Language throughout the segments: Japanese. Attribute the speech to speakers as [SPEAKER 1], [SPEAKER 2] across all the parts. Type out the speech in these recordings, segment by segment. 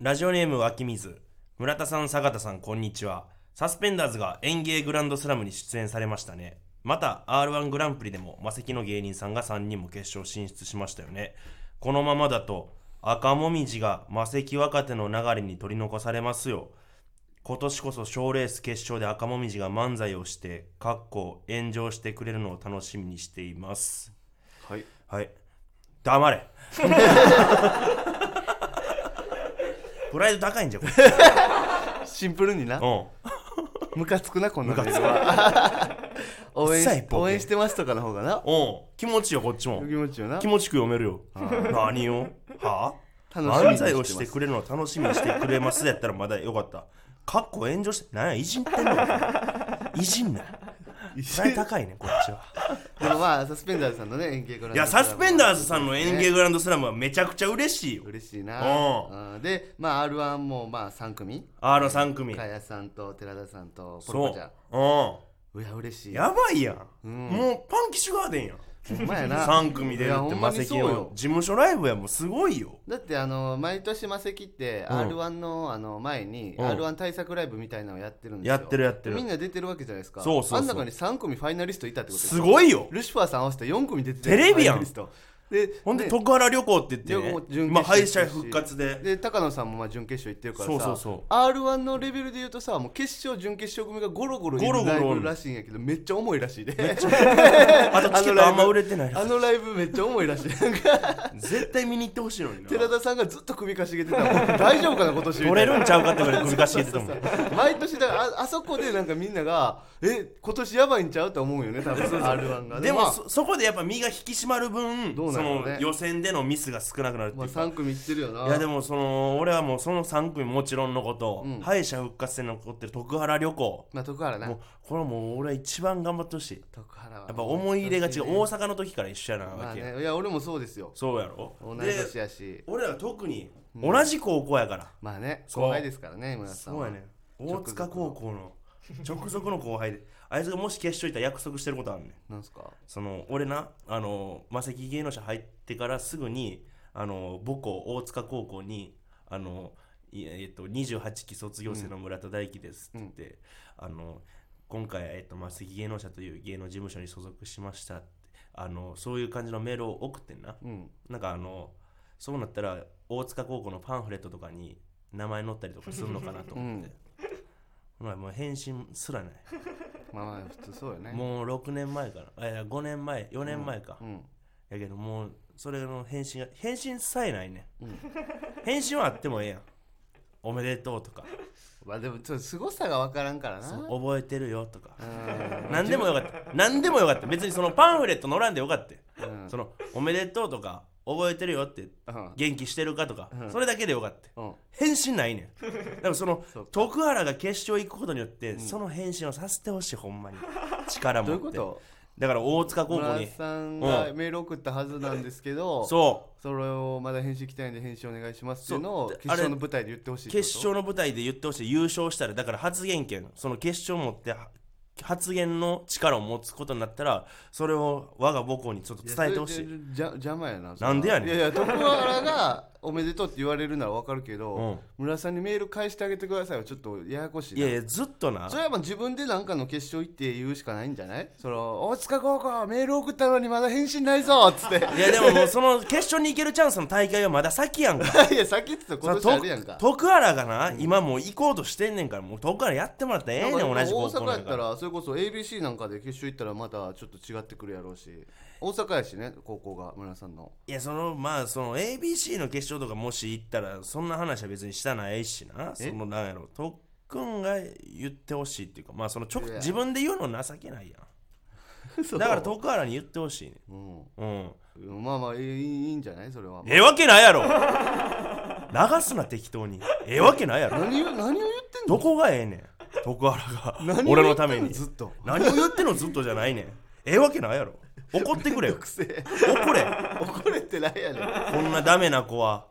[SPEAKER 1] ラジオネーム湧き水村田さん坂田さんこんにちはサスペンダーズが演芸グランドスラムに出演されましたねまた r 1グランプリでも魔石の芸人さんが3人も決勝進出しましたよねこのままだと赤もみじが魔石若手の流れに取り残されますよ今年こそ賞ーレース決勝で赤もみじが漫才をしてかっこ炎上してくれるのを楽しみにしています
[SPEAKER 2] はい
[SPEAKER 1] はい黙 れプライド高いんじゃんこれ
[SPEAKER 2] シンプルにな
[SPEAKER 1] うん
[SPEAKER 2] ムカつくなこんなの
[SPEAKER 1] ムカつ
[SPEAKER 2] 応援
[SPEAKER 1] うっさい
[SPEAKER 2] し
[SPEAKER 1] ボケ
[SPEAKER 2] 応援してますとかの方がな
[SPEAKER 1] うん気持ちよこっちも
[SPEAKER 2] 気持ちよな
[SPEAKER 1] 気持ちよく読めるよ何をはあ
[SPEAKER 2] 楽
[SPEAKER 1] 漫
[SPEAKER 2] しみにしてます
[SPEAKER 1] 才をしてくれるのを楽しみにしてくれますやったらまだよかったかっこ炎上してなんやいじってんのいじんないプライド高いねこっ ちは
[SPEAKER 2] でもまあサスペンダーズさんのね演芸から
[SPEAKER 1] いやサスペンダーズさんの演芸グランドスラムはめちゃくちゃ嬉しいよ
[SPEAKER 2] 嬉しいな
[SPEAKER 1] うん
[SPEAKER 2] うんでまあ r 1もまあ3組
[SPEAKER 1] R 3組
[SPEAKER 2] かやさんと寺田さんとポロ
[SPEAKER 1] そ
[SPEAKER 2] コちゃ
[SPEAKER 1] ううん
[SPEAKER 2] いや嬉し
[SPEAKER 1] ん
[SPEAKER 2] い
[SPEAKER 1] やばいやん、もうパンキッシュガーデンやん
[SPEAKER 2] ほんまやな
[SPEAKER 1] 3組出る
[SPEAKER 2] いや
[SPEAKER 1] っ
[SPEAKER 2] ほ
[SPEAKER 1] て
[SPEAKER 2] んま
[SPEAKER 1] マ
[SPEAKER 2] に
[SPEAKER 1] セ
[SPEAKER 2] そ
[SPEAKER 1] キ
[SPEAKER 2] う
[SPEAKER 1] の
[SPEAKER 2] よ
[SPEAKER 1] 事務所ライブやもうすごいよ
[SPEAKER 2] だってあの毎年マセキって
[SPEAKER 1] うん
[SPEAKER 2] r 1のあの前に
[SPEAKER 1] うん
[SPEAKER 2] r 1対策ライブみたいなのをやってるんですよ
[SPEAKER 1] やってるやってる
[SPEAKER 2] みんな出てるわけじゃないですか
[SPEAKER 1] そうそうそう
[SPEAKER 2] あん中に3組ファイナリストいたってことです
[SPEAKER 1] す
[SPEAKER 2] よ
[SPEAKER 1] ごいよ
[SPEAKER 2] ルシファーさん合わせて4組出てた
[SPEAKER 1] テレビやん
[SPEAKER 2] ファイナリストで
[SPEAKER 1] ほんで
[SPEAKER 2] ね
[SPEAKER 1] 徳原旅行って言
[SPEAKER 2] 両
[SPEAKER 1] って
[SPEAKER 2] 方も
[SPEAKER 1] ね
[SPEAKER 2] 準決勝
[SPEAKER 1] まあ敗者復活で
[SPEAKER 2] で高野さんもまあ準決勝行ってるからさ
[SPEAKER 1] そうそうそう
[SPEAKER 2] r 1のレベルで言うとさもう決勝準決勝組がゴロゴロい
[SPEAKER 1] ゴロ
[SPEAKER 2] る
[SPEAKER 1] ゴロ
[SPEAKER 2] ラ
[SPEAKER 1] お
[SPEAKER 2] イ
[SPEAKER 1] る
[SPEAKER 2] ブらしいんやけどめっちゃ重いらしいで、
[SPEAKER 1] あとチケットあんま売れてない
[SPEAKER 2] あのライブめっちゃ重いらしいなんか
[SPEAKER 1] 絶対見に行ってほしいのにな
[SPEAKER 2] 寺田さんがずっと首かしげてたもん 大丈夫かな今年みたいな
[SPEAKER 1] 取れるんちゃうかってぐらい首かしげてたもん
[SPEAKER 2] 毎年だからああそこでなんかみんながえ今年やばいんちゃうと思うよね多分 R1 が
[SPEAKER 1] でも
[SPEAKER 2] まあ
[SPEAKER 1] そそこでやっぱ身が引き締まる分
[SPEAKER 2] どう
[SPEAKER 1] そ
[SPEAKER 2] なのね
[SPEAKER 1] の予選でのミスが少なくなるって
[SPEAKER 2] ま
[SPEAKER 1] い
[SPEAKER 2] あ
[SPEAKER 1] うか
[SPEAKER 2] 3組いってるよない
[SPEAKER 1] やでもその俺はもうその3組もちろんのこと、
[SPEAKER 2] うん
[SPEAKER 1] 敗者復活戦に残ってる徳原旅行
[SPEAKER 2] まあ徳原な
[SPEAKER 1] もうこれはもう俺は一番頑張ってほしい
[SPEAKER 2] 徳原は
[SPEAKER 1] やっぱ思い入れが違う
[SPEAKER 2] ね
[SPEAKER 1] 大阪の時から一緒やな
[SPEAKER 2] ま
[SPEAKER 1] わ
[SPEAKER 2] あ
[SPEAKER 1] けや、
[SPEAKER 2] ねいや俺もそうですよ
[SPEAKER 1] そうやろ
[SPEAKER 2] 同い
[SPEAKER 1] で
[SPEAKER 2] 年やし
[SPEAKER 1] 俺ら特に同じ高校やから、
[SPEAKER 2] まあね
[SPEAKER 1] そう
[SPEAKER 2] 後輩ですからね村田さん
[SPEAKER 1] そう
[SPEAKER 2] は
[SPEAKER 1] やね大塚高校の直属の後輩であいつがもし決勝行ったら約束してることあるねん
[SPEAKER 2] なんすか
[SPEAKER 1] その俺なあのマセキ芸能者入ってからすぐにあの母校大塚高校にあのいえっと28期卒業生の村田大樹ですって言って、あの今回、えっと、マセキ芸能者という芸能事務所に所属しましたってあのそういう感じのメールを送ってんな
[SPEAKER 2] うん
[SPEAKER 1] なんかあのそうなったら大塚高校のパンフレットとかに名前載ったりとかするのかなと思って、まあもう返信すらない
[SPEAKER 2] まあまあ普通そうよね
[SPEAKER 1] もう6年前からいや5年前4年前か、
[SPEAKER 2] うん
[SPEAKER 1] やけどもうそれの返信が返信さえないね、
[SPEAKER 2] うん
[SPEAKER 1] 返信はあってもええやんおめでとうとか
[SPEAKER 2] まあでもちょっと凄さが分からんからな
[SPEAKER 1] そう
[SPEAKER 2] う
[SPEAKER 1] 覚えてるよとか
[SPEAKER 2] ん
[SPEAKER 1] 何でもよかった何でもよかった別にそのパンフレット乗らんでよかったよ
[SPEAKER 2] うん
[SPEAKER 1] そのおめでとうとか覚えてるよって
[SPEAKER 2] うん
[SPEAKER 1] 元気してるかとか、
[SPEAKER 2] うん
[SPEAKER 1] それだけでよかった
[SPEAKER 2] うん
[SPEAKER 1] 返信ないねん だからその
[SPEAKER 2] そうか
[SPEAKER 1] 徳原が決勝行くことによって、その返信をさせてほしいほんまに力
[SPEAKER 2] どう
[SPEAKER 1] 持
[SPEAKER 2] い
[SPEAKER 1] っ
[SPEAKER 2] う
[SPEAKER 1] て
[SPEAKER 2] こと
[SPEAKER 1] だから大塚高校
[SPEAKER 2] 村
[SPEAKER 1] に
[SPEAKER 2] 田さんがメール送ったはずなんですけど
[SPEAKER 1] そ
[SPEAKER 2] それをまだ返信来てないんで返信お願いしますっていうのを
[SPEAKER 1] そうで
[SPEAKER 2] 決勝の舞台で言ってほしいうってこと
[SPEAKER 1] 決勝の舞台で言ってほしい優勝したらだから発言権その決勝持っては発言の力を持つことになったらそれを我が母校にちょっと伝えてほし
[SPEAKER 2] や
[SPEAKER 1] い
[SPEAKER 2] それじゃ邪魔やなそ
[SPEAKER 1] なんでやねん
[SPEAKER 2] いやいや徳原が「おめでとう」って言われるならわかるけど、
[SPEAKER 1] うん
[SPEAKER 2] 村田さんにメール返してあげてくださいはちょっとややこしい
[SPEAKER 1] い
[SPEAKER 2] な
[SPEAKER 1] やいやずっとな
[SPEAKER 2] それはまあ自分でなんかの決勝行って言うしかないんじゃないその大塚高校メール送ったのにまだ返信ないぞっつって
[SPEAKER 1] い やでももうその決勝に行けるチャンスの大会はまだ先やんか
[SPEAKER 2] いやさっき言ってた今年あるやんか
[SPEAKER 1] 徳原がな、今もう行こうとしてんねんからもう徳原やってもらったらええねん
[SPEAKER 2] なんか
[SPEAKER 1] 同じ高
[SPEAKER 2] 大
[SPEAKER 1] 校
[SPEAKER 2] 阪や
[SPEAKER 1] なん
[SPEAKER 2] った
[SPEAKER 1] から
[SPEAKER 2] それこそ ABC なんかで決勝行ったらまたちょっと違ってくるやろうし大阪やしね高校が村田さ んの
[SPEAKER 1] いやそのまあその ABC の決勝とかもし行ったらそんな話は別にしたないしなそ
[SPEAKER 2] え
[SPEAKER 1] のなんやろ特訓が言ってほしいっていうかまあその直
[SPEAKER 2] いや
[SPEAKER 1] 自分で言うの情けないやん
[SPEAKER 2] そう
[SPEAKER 1] だから徳原に言ってほしいね
[SPEAKER 2] うん
[SPEAKER 1] うん
[SPEAKER 2] まあまあいいいいんじゃないそれは
[SPEAKER 1] ええわけないやろ 流すな適当にええわけないやろ
[SPEAKER 2] 何を何を言ってんの
[SPEAKER 1] どこがええねん徳原が
[SPEAKER 2] 何を言ってん
[SPEAKER 1] 俺のために
[SPEAKER 2] ずっと
[SPEAKER 1] 何を言ってんのずっとじゃないねんええわけないやろ怒ってくれよ
[SPEAKER 2] くせえ
[SPEAKER 1] 怒れ
[SPEAKER 2] 怒れてないやね
[SPEAKER 1] こんなダメな子は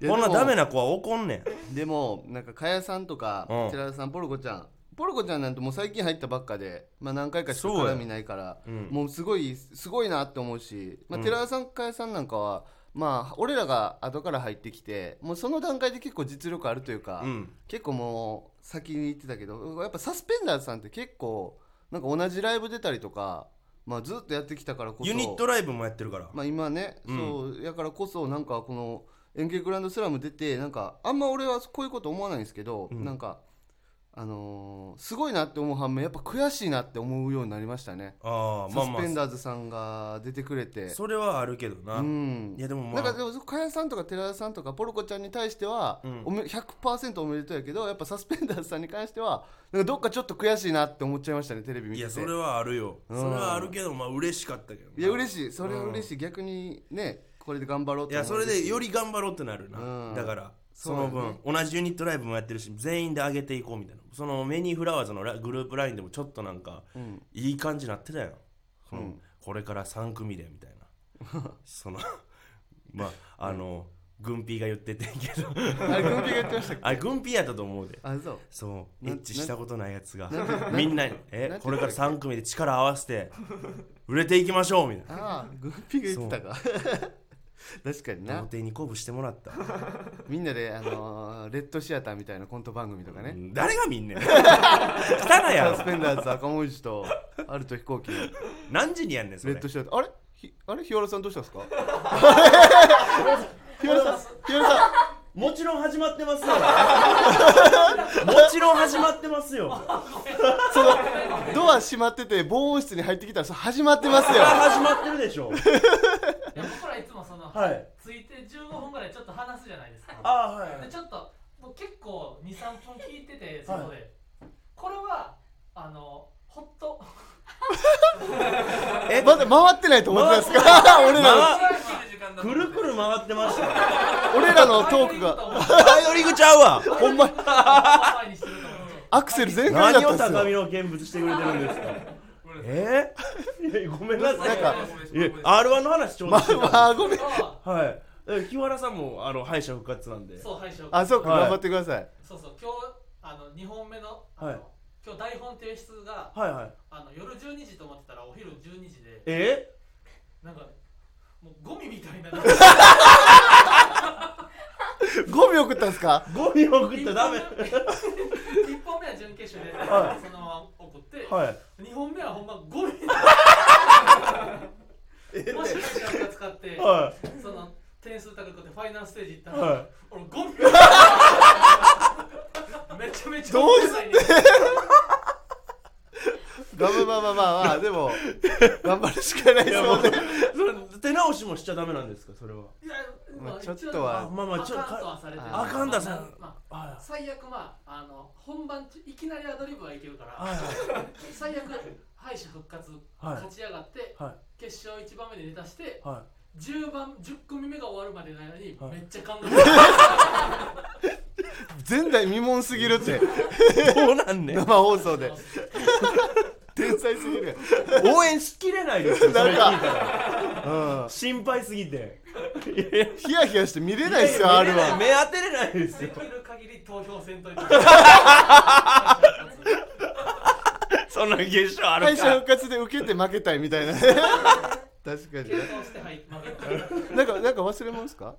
[SPEAKER 1] い
[SPEAKER 2] や
[SPEAKER 1] こんな
[SPEAKER 2] でも
[SPEAKER 1] ダメな子は怒んねん
[SPEAKER 2] んでもなんか加谷さんとか
[SPEAKER 1] うん
[SPEAKER 2] 寺田さんポルコちゃんポルコちゃんなんてもう最近入ったばっかで、まあ、何回かしか絡みないから
[SPEAKER 1] そうやうん
[SPEAKER 2] もうすごいすごいなって思うし、まあ、寺田さん加谷さんなんかは、まあ俺らが後から入ってきてもうその段階で結構実力あるというか、
[SPEAKER 1] うん
[SPEAKER 2] 結構もう先に行ってたけどやっぱサスペンダーズさんって結構なんか同じライブ出たりとか、まあ、ずっとやってきたからこそ
[SPEAKER 1] ユニットライブもやってるから、
[SPEAKER 2] まあ、今ね、
[SPEAKER 1] うん
[SPEAKER 2] そうやからこそなんかこの「演劇グランドスラム」出てなんかあんま俺はこういうこと思わないんですけど、
[SPEAKER 1] うん
[SPEAKER 2] なんかあのーすごいなって思う反面やっぱ悔しいなって思うようになりましたね、
[SPEAKER 1] ああまあま
[SPEAKER 2] サスペン
[SPEAKER 1] あ
[SPEAKER 2] ダーズさんが出てくれて
[SPEAKER 1] それはあるけどな、
[SPEAKER 2] うん
[SPEAKER 1] いやでもま
[SPEAKER 2] な
[SPEAKER 1] あ
[SPEAKER 2] んかでも加谷さんとか寺田さんとかポルコちゃんに対しては、
[SPEAKER 1] うん
[SPEAKER 2] おめ100%おめでとうやけどやっぱサスペンダーズさんに関してはなんかどっかちょっと悔しいなって思っちゃいましたねテレビ
[SPEAKER 1] い
[SPEAKER 2] 見てて
[SPEAKER 1] やそれはあるよ、
[SPEAKER 2] うん
[SPEAKER 1] それはあるけどまあ嬉しかったけど
[SPEAKER 2] いや
[SPEAKER 1] し
[SPEAKER 2] 嬉しいそれは嬉しい、逆にねこれで頑張ろう
[SPEAKER 1] い
[SPEAKER 2] って
[SPEAKER 1] や
[SPEAKER 2] 思
[SPEAKER 1] そ
[SPEAKER 2] える
[SPEAKER 1] れ
[SPEAKER 2] し
[SPEAKER 1] でより頑張ろうってなるな、
[SPEAKER 2] うん
[SPEAKER 1] だから
[SPEAKER 2] そ
[SPEAKER 1] そう
[SPEAKER 2] だ
[SPEAKER 1] の
[SPEAKER 2] ね
[SPEAKER 1] 分、同じユニットライブもやってるし全員で上げていこうみたいなそのメニーフラワーズのラグループラインでもちょっとなんか、
[SPEAKER 2] ん
[SPEAKER 1] いい感じになってたよ、その
[SPEAKER 2] うん
[SPEAKER 1] これから3組でみたいなその まああの、軍ピーが言っててんけど
[SPEAKER 2] あれグンピがやってましたっけ
[SPEAKER 1] あれ軍ピーやったと思うで
[SPEAKER 2] あそう
[SPEAKER 1] そうエ
[SPEAKER 2] な
[SPEAKER 1] ッチしたことないやつが
[SPEAKER 2] なんてなん て
[SPEAKER 1] みんなにえ
[SPEAKER 2] なんて
[SPEAKER 1] これから3組で力合わせて売れていきましょうみたいな
[SPEAKER 2] ああグンピが言ってたか 確かに
[SPEAKER 1] 童
[SPEAKER 2] な
[SPEAKER 1] 貞に鼓舞してもらった
[SPEAKER 2] みんなであのーレッドシアターみたいなコント番組とか
[SPEAKER 1] う
[SPEAKER 2] ね、
[SPEAKER 1] ん誰が見んね ん汚いや
[SPEAKER 2] サス
[SPEAKER 1] ろ
[SPEAKER 2] ペンダーズ赤文字とアルト飛行機の
[SPEAKER 1] 何時にやんねんそ
[SPEAKER 2] レ
[SPEAKER 1] れ
[SPEAKER 2] ッドシアターあれひあれ日原さんどうしたんです か日原さん日原さん
[SPEAKER 1] もちろん始まって ますよもちろん始まってますよ
[SPEAKER 2] そのドア閉まってて防音室に入ってきたらそう始まってますよ
[SPEAKER 1] 始まってるでしょ
[SPEAKER 3] いや僕らいつもその、
[SPEAKER 1] はい
[SPEAKER 3] ついて15分ぐらいちょっと話すじゃないですか。
[SPEAKER 1] ああはい
[SPEAKER 3] でちょっともう結構23分聞いててそこで、これはあのホット
[SPEAKER 1] え
[SPEAKER 2] まだ回ってないと思ってたんですか 俺らの
[SPEAKER 1] 回くるくる回ってましたよ
[SPEAKER 2] 俺らのトークが
[SPEAKER 1] あ寄り口合うわ
[SPEAKER 2] ほんま
[SPEAKER 3] 前にしてると思って
[SPEAKER 2] アクセル全開だ
[SPEAKER 1] 何
[SPEAKER 2] った
[SPEAKER 1] を
[SPEAKER 2] んですよ
[SPEAKER 1] 高みの見物してくれてるんですか
[SPEAKER 4] ごめんなさい
[SPEAKER 1] え ー、いやごめんなさ
[SPEAKER 2] ないんか
[SPEAKER 1] いや R1 の話ちょうど
[SPEAKER 2] ま
[SPEAKER 1] してた
[SPEAKER 2] あまあごめ ん
[SPEAKER 3] あ
[SPEAKER 1] はいえ清原さんもあの敗者復活なんで
[SPEAKER 3] そうはいしょ
[SPEAKER 2] あそうか、
[SPEAKER 1] はい
[SPEAKER 2] 頑張ってください
[SPEAKER 3] そうそう今日あの2本目のあの、
[SPEAKER 1] はい
[SPEAKER 3] 今日台本提出が
[SPEAKER 1] はいはい
[SPEAKER 3] あの夜12時と思ってたらお昼12時で
[SPEAKER 1] え
[SPEAKER 3] なんかもうゴミみたいな
[SPEAKER 2] 5秒送ったんですか
[SPEAKER 1] ー、ゴミ送ったらダメ
[SPEAKER 3] 1本目は準決勝で、
[SPEAKER 1] は
[SPEAKER 3] そのまま送って、
[SPEAKER 1] はい
[SPEAKER 3] 2本目はほんまゴミもし会社が使って
[SPEAKER 1] は
[SPEAKER 3] その点数高くてファイナルステージ行った
[SPEAKER 1] い
[SPEAKER 3] ら、
[SPEAKER 1] は
[SPEAKER 3] 俺ゴミめちゃめちゃ
[SPEAKER 2] どう
[SPEAKER 3] さいね
[SPEAKER 2] まあまあまあまあまあでも頑張るしかない
[SPEAKER 1] い
[SPEAKER 2] で
[SPEAKER 1] いや
[SPEAKER 2] す
[SPEAKER 1] も
[SPEAKER 2] も
[SPEAKER 1] うんそ
[SPEAKER 2] ね
[SPEAKER 1] れ手直しもしちゃダメなんですかそれはい
[SPEAKER 3] や
[SPEAKER 2] まあ
[SPEAKER 3] まあ
[SPEAKER 2] ちょっとは
[SPEAKER 3] 一応
[SPEAKER 1] まあまあちょっと
[SPEAKER 3] アカンとはされてる
[SPEAKER 2] あ
[SPEAKER 1] アカンださ
[SPEAKER 3] まあまあ
[SPEAKER 1] は
[SPEAKER 3] 最悪まああの本番中いきなりアドリブはいけるから、
[SPEAKER 1] い
[SPEAKER 3] 最悪敗者復活、
[SPEAKER 1] はい
[SPEAKER 3] 勝ち上がって、
[SPEAKER 1] は
[SPEAKER 3] 決勝1番目で出して
[SPEAKER 1] いは
[SPEAKER 3] 10番10組目が終わるまでの間に、
[SPEAKER 1] はい
[SPEAKER 3] めっちゃ感動した
[SPEAKER 2] 前代未聞すぎるって
[SPEAKER 1] いどうなんねん
[SPEAKER 2] 生放送で天才すぎる
[SPEAKER 1] 応援しきれないですよそれ聞いた
[SPEAKER 2] なん
[SPEAKER 1] ら
[SPEAKER 2] うん
[SPEAKER 1] 心配すぎて
[SPEAKER 2] ヒヤヒヤして見れ
[SPEAKER 1] 見
[SPEAKER 2] ないっすよ R
[SPEAKER 1] れない
[SPEAKER 2] は
[SPEAKER 1] 目当てれないです
[SPEAKER 3] で
[SPEAKER 1] よ
[SPEAKER 3] きる限り投票せんといて
[SPEAKER 1] そんな現象あ
[SPEAKER 2] 敗
[SPEAKER 1] る
[SPEAKER 2] 者
[SPEAKER 1] か
[SPEAKER 2] 復活で受けて負けたいみたいな確かに
[SPEAKER 3] 検
[SPEAKER 2] ね
[SPEAKER 3] 討してはい負けたな
[SPEAKER 2] な
[SPEAKER 3] んか
[SPEAKER 2] んかなんか忘れ物ですか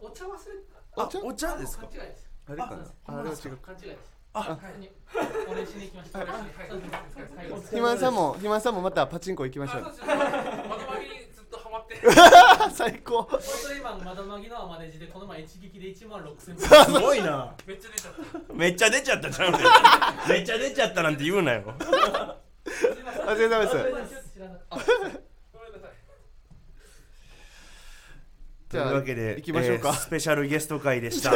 [SPEAKER 3] お茶忘れ
[SPEAKER 1] あお茶ですか
[SPEAKER 3] 勘違いです
[SPEAKER 2] あれかなあれは違う
[SPEAKER 3] 勘違いです
[SPEAKER 1] あ
[SPEAKER 3] はいお礼しに行きました
[SPEAKER 2] はい
[SPEAKER 3] はいお疲れ様です
[SPEAKER 2] ひまんさんもひまんさんもまたパチンコ行きましょう
[SPEAKER 4] 窓紛にずっとハマって
[SPEAKER 2] あ最高
[SPEAKER 3] ボトレイマン窓マギのマネジでこの前一撃で1万6000円
[SPEAKER 1] すごいな
[SPEAKER 4] めっちゃ出ちゃった
[SPEAKER 1] めっちゃ出ちゃったじゃん めっちゃ出ちゃったなんて言うなよ
[SPEAKER 2] お疲れ様です
[SPEAKER 3] 知らなかった
[SPEAKER 4] ごめんなさい
[SPEAKER 1] と
[SPEAKER 2] じ
[SPEAKER 1] い
[SPEAKER 2] ゃあ
[SPEAKER 1] うわけで
[SPEAKER 2] 行きましょうか
[SPEAKER 1] えースペシャルゲスト会でした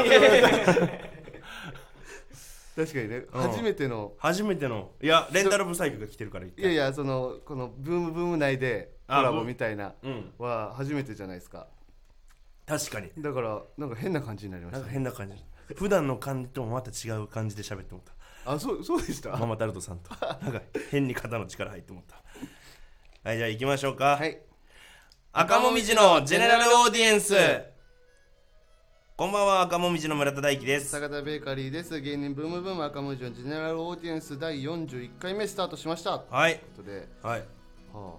[SPEAKER 2] 確かにね
[SPEAKER 1] うん
[SPEAKER 2] 初めての
[SPEAKER 1] 初めてのいやレンタルブサイクが来てるから
[SPEAKER 2] いやい
[SPEAKER 1] や
[SPEAKER 2] やそのこのブームブーム内でコラボみたいな
[SPEAKER 1] うん
[SPEAKER 2] は初めてじゃないですか
[SPEAKER 1] 確かに
[SPEAKER 2] だからなんか変な感じになりま
[SPEAKER 1] な
[SPEAKER 2] し
[SPEAKER 1] んか
[SPEAKER 2] たね
[SPEAKER 1] 変な感じ普段の感じともまた違う感じで喋ってもらった
[SPEAKER 2] あそうそうでした
[SPEAKER 1] ママタルトさん となんか変に肩の力入って思ったはいじゃあ行きましょうか、
[SPEAKER 2] はい
[SPEAKER 1] 赤もみじのジェネラルオーディエンスこんばんは赤もみじの村田大樹です
[SPEAKER 2] 坂田ベーカリーです芸人ブームブーム赤文字のジェネラルオーディエンス第41回目スタートしましたという
[SPEAKER 1] はい
[SPEAKER 2] ことで
[SPEAKER 1] はい
[SPEAKER 2] は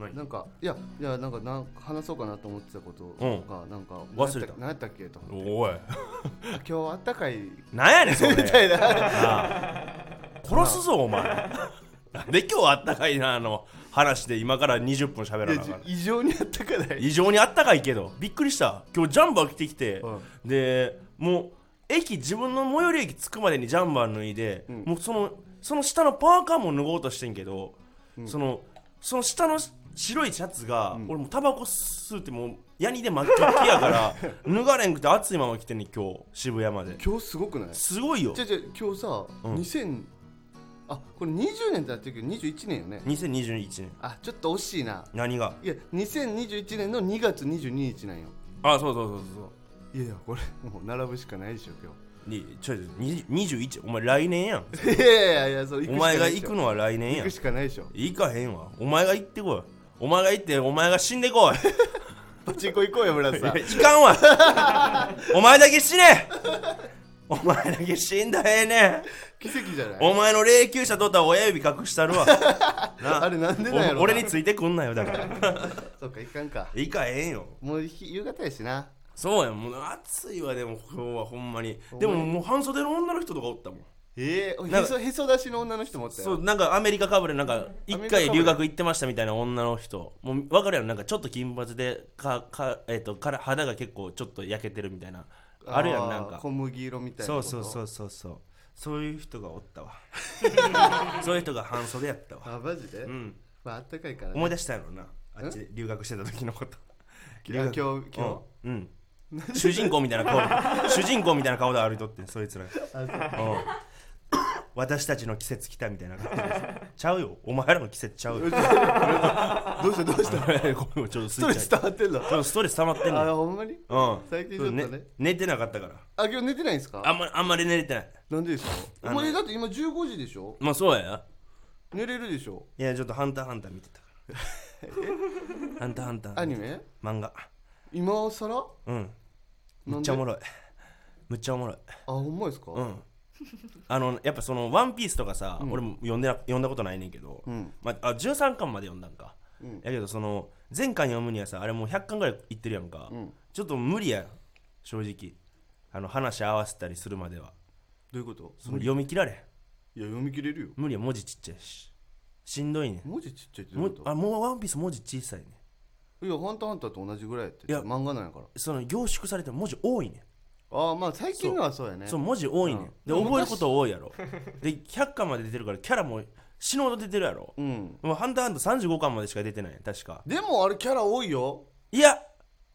[SPEAKER 1] 何
[SPEAKER 2] なんかいやいやなんかなん話そうかなと思ってたことが、なんか
[SPEAKER 1] 忘れた
[SPEAKER 2] 何やったっけと思って
[SPEAKER 1] おい
[SPEAKER 2] あ今日あったかい
[SPEAKER 1] なんやねん それ
[SPEAKER 2] みたいな
[SPEAKER 1] なあ 殺すぞお前なんで今日あったかいなあの話で今から20分喋らなあかん
[SPEAKER 2] いや異常にあったかない、
[SPEAKER 1] 異常にあったかいけどびっくりした今日ジャンバー着てきて、
[SPEAKER 2] うん
[SPEAKER 1] でもう駅自分の最寄り駅着くまでにジャンバー脱いで、
[SPEAKER 2] うん
[SPEAKER 1] もうそのその下のパーカーも脱ごうとしてんけど、
[SPEAKER 2] うん
[SPEAKER 1] そのその下の白いシャツが、
[SPEAKER 2] うん
[SPEAKER 1] 俺もうタバコ吸うてもうヤニで真っ赤っきやから 脱がれんくて暑いまま来てんねん今日渋谷まで
[SPEAKER 2] 今日すごくない
[SPEAKER 1] すごいよ
[SPEAKER 2] じゃじゃ今日さ、
[SPEAKER 1] うん
[SPEAKER 2] 2000あこれ20年ってやってるけど21年よね
[SPEAKER 1] 2021年
[SPEAKER 2] あちょっと惜しいな
[SPEAKER 1] 何が
[SPEAKER 2] いや2021年の2月22日なんよ
[SPEAKER 1] あそうそうそうそう
[SPEAKER 2] いやいやこれもう並ぶしかないでしょ 今
[SPEAKER 1] にちょいに21お前来年やん
[SPEAKER 2] 日いやいやいやそう行くしか
[SPEAKER 1] お前が
[SPEAKER 2] ないで
[SPEAKER 1] 行
[SPEAKER 2] しょ
[SPEAKER 1] くのは来年
[SPEAKER 2] 行
[SPEAKER 1] やん
[SPEAKER 2] くしかないでしょ
[SPEAKER 1] 行かへんわお前が行ってこいお前が行ってお前が死んでこい
[SPEAKER 2] パチンコ行こうよ村瀬
[SPEAKER 1] い
[SPEAKER 2] さ
[SPEAKER 1] や
[SPEAKER 2] ん
[SPEAKER 1] 行かんわお前だけ死ねお前だけ死んだらええねん
[SPEAKER 2] 奇跡じゃない
[SPEAKER 1] お前の霊柩車取ったら親指隠したる わな
[SPEAKER 2] あれなんでなんやろな
[SPEAKER 1] お俺についてくんなよだから
[SPEAKER 2] そっか行かんか
[SPEAKER 1] 行かへんよ
[SPEAKER 2] もう日夕方やしな
[SPEAKER 1] そうやんもう暑いわでも今日はほんまに
[SPEAKER 2] ほんまに
[SPEAKER 1] でももう半袖の女の人とかおったもん
[SPEAKER 2] ええ
[SPEAKER 1] なん
[SPEAKER 2] へ
[SPEAKER 1] か
[SPEAKER 2] そへそ出しの女の人もおった
[SPEAKER 1] そう
[SPEAKER 2] よ
[SPEAKER 1] なんかアメリカかぶれなんか一
[SPEAKER 2] アメリカかぶ
[SPEAKER 1] 回
[SPEAKER 2] れ
[SPEAKER 1] 留学行ってましたみたいな女の人もう分かるやろなんかちょっと金髪でかか、えっとから肌が結構ちょっと焼けてるみたいなあるやん
[SPEAKER 2] ー
[SPEAKER 1] なんか
[SPEAKER 2] 小麦色みたいな
[SPEAKER 1] そ
[SPEAKER 2] こ
[SPEAKER 1] う
[SPEAKER 2] と
[SPEAKER 1] そうそうそうそうそういう人がおった わそういう人が半袖やったわ
[SPEAKER 2] あマジで、
[SPEAKER 1] うん
[SPEAKER 2] まああったかいから、ね、
[SPEAKER 1] 思い出したやろなあっちで留学してた時のこと
[SPEAKER 2] あ今日今日、
[SPEAKER 1] うん、うん 主人公みたいな顔主人公みたいな顔で歩いとってそいつら
[SPEAKER 2] あ
[SPEAKER 1] うん私たちの季節来たみたいな感じでちゃうよお前らの季節ちゃうよご
[SPEAKER 2] そうどうしたどうした
[SPEAKER 1] めんごめんちょっとス
[SPEAKER 2] ストレス溜まってんの
[SPEAKER 1] ストレス溜まってん
[SPEAKER 2] あ
[SPEAKER 1] の
[SPEAKER 2] ほんまに
[SPEAKER 1] うん
[SPEAKER 2] 最近ちょっとね
[SPEAKER 1] 寝てなかったから
[SPEAKER 2] あ今日寝てないんですか
[SPEAKER 1] あんまあんまり寝れてない
[SPEAKER 2] なんでですか
[SPEAKER 1] あ
[SPEAKER 2] お
[SPEAKER 1] の
[SPEAKER 2] 前だって今15時でしょ
[SPEAKER 1] まあそうやな
[SPEAKER 2] 寝れるでしょ
[SPEAKER 1] いやちょっとハンターハンター見てたからハンターハンター
[SPEAKER 2] アニメ
[SPEAKER 1] 漫画
[SPEAKER 2] 今更あ
[SPEAKER 1] うんむ
[SPEAKER 2] な
[SPEAKER 1] っ
[SPEAKER 2] ん
[SPEAKER 1] ち
[SPEAKER 2] で
[SPEAKER 1] ゃおもろいむっちゃおもろい
[SPEAKER 2] ほんまですか
[SPEAKER 1] うんあのやっぱその「ワンピースとかさ、俺も読んでな読んだことないねんけど、
[SPEAKER 2] うん
[SPEAKER 1] まあ、あ13巻まで読んだんか、
[SPEAKER 2] うん
[SPEAKER 1] やけどその前巻読むにはさあれもう100巻ぐらいいってるやんか、
[SPEAKER 2] ん
[SPEAKER 1] ちょっと無理や正直あの話合わせたりするまでは
[SPEAKER 2] どういうこと
[SPEAKER 1] その読み切られん
[SPEAKER 2] いや読み切れるよ
[SPEAKER 1] 無理や文字ちっちゃいししんどいねん
[SPEAKER 2] 文字ちっちゃいってどう
[SPEAKER 1] も
[SPEAKER 2] いううこ
[SPEAKER 1] あもう「ワンピース文字小さいねん
[SPEAKER 2] といやハンターハンターと同じぐらいやって
[SPEAKER 1] いや
[SPEAKER 2] 漫画なんやから
[SPEAKER 1] その凝縮されて文字多いねん
[SPEAKER 2] ああまあ最近のはそうやね
[SPEAKER 1] そう文字多いねん、で
[SPEAKER 2] うん
[SPEAKER 1] 覚えること多いや ろで100巻まで出てるからキャラも死ぬほど出てるやろ、
[SPEAKER 2] うん
[SPEAKER 1] もうハンターハンター35巻までしか出てない確か
[SPEAKER 2] でもあれキャラ多いよ
[SPEAKER 1] いや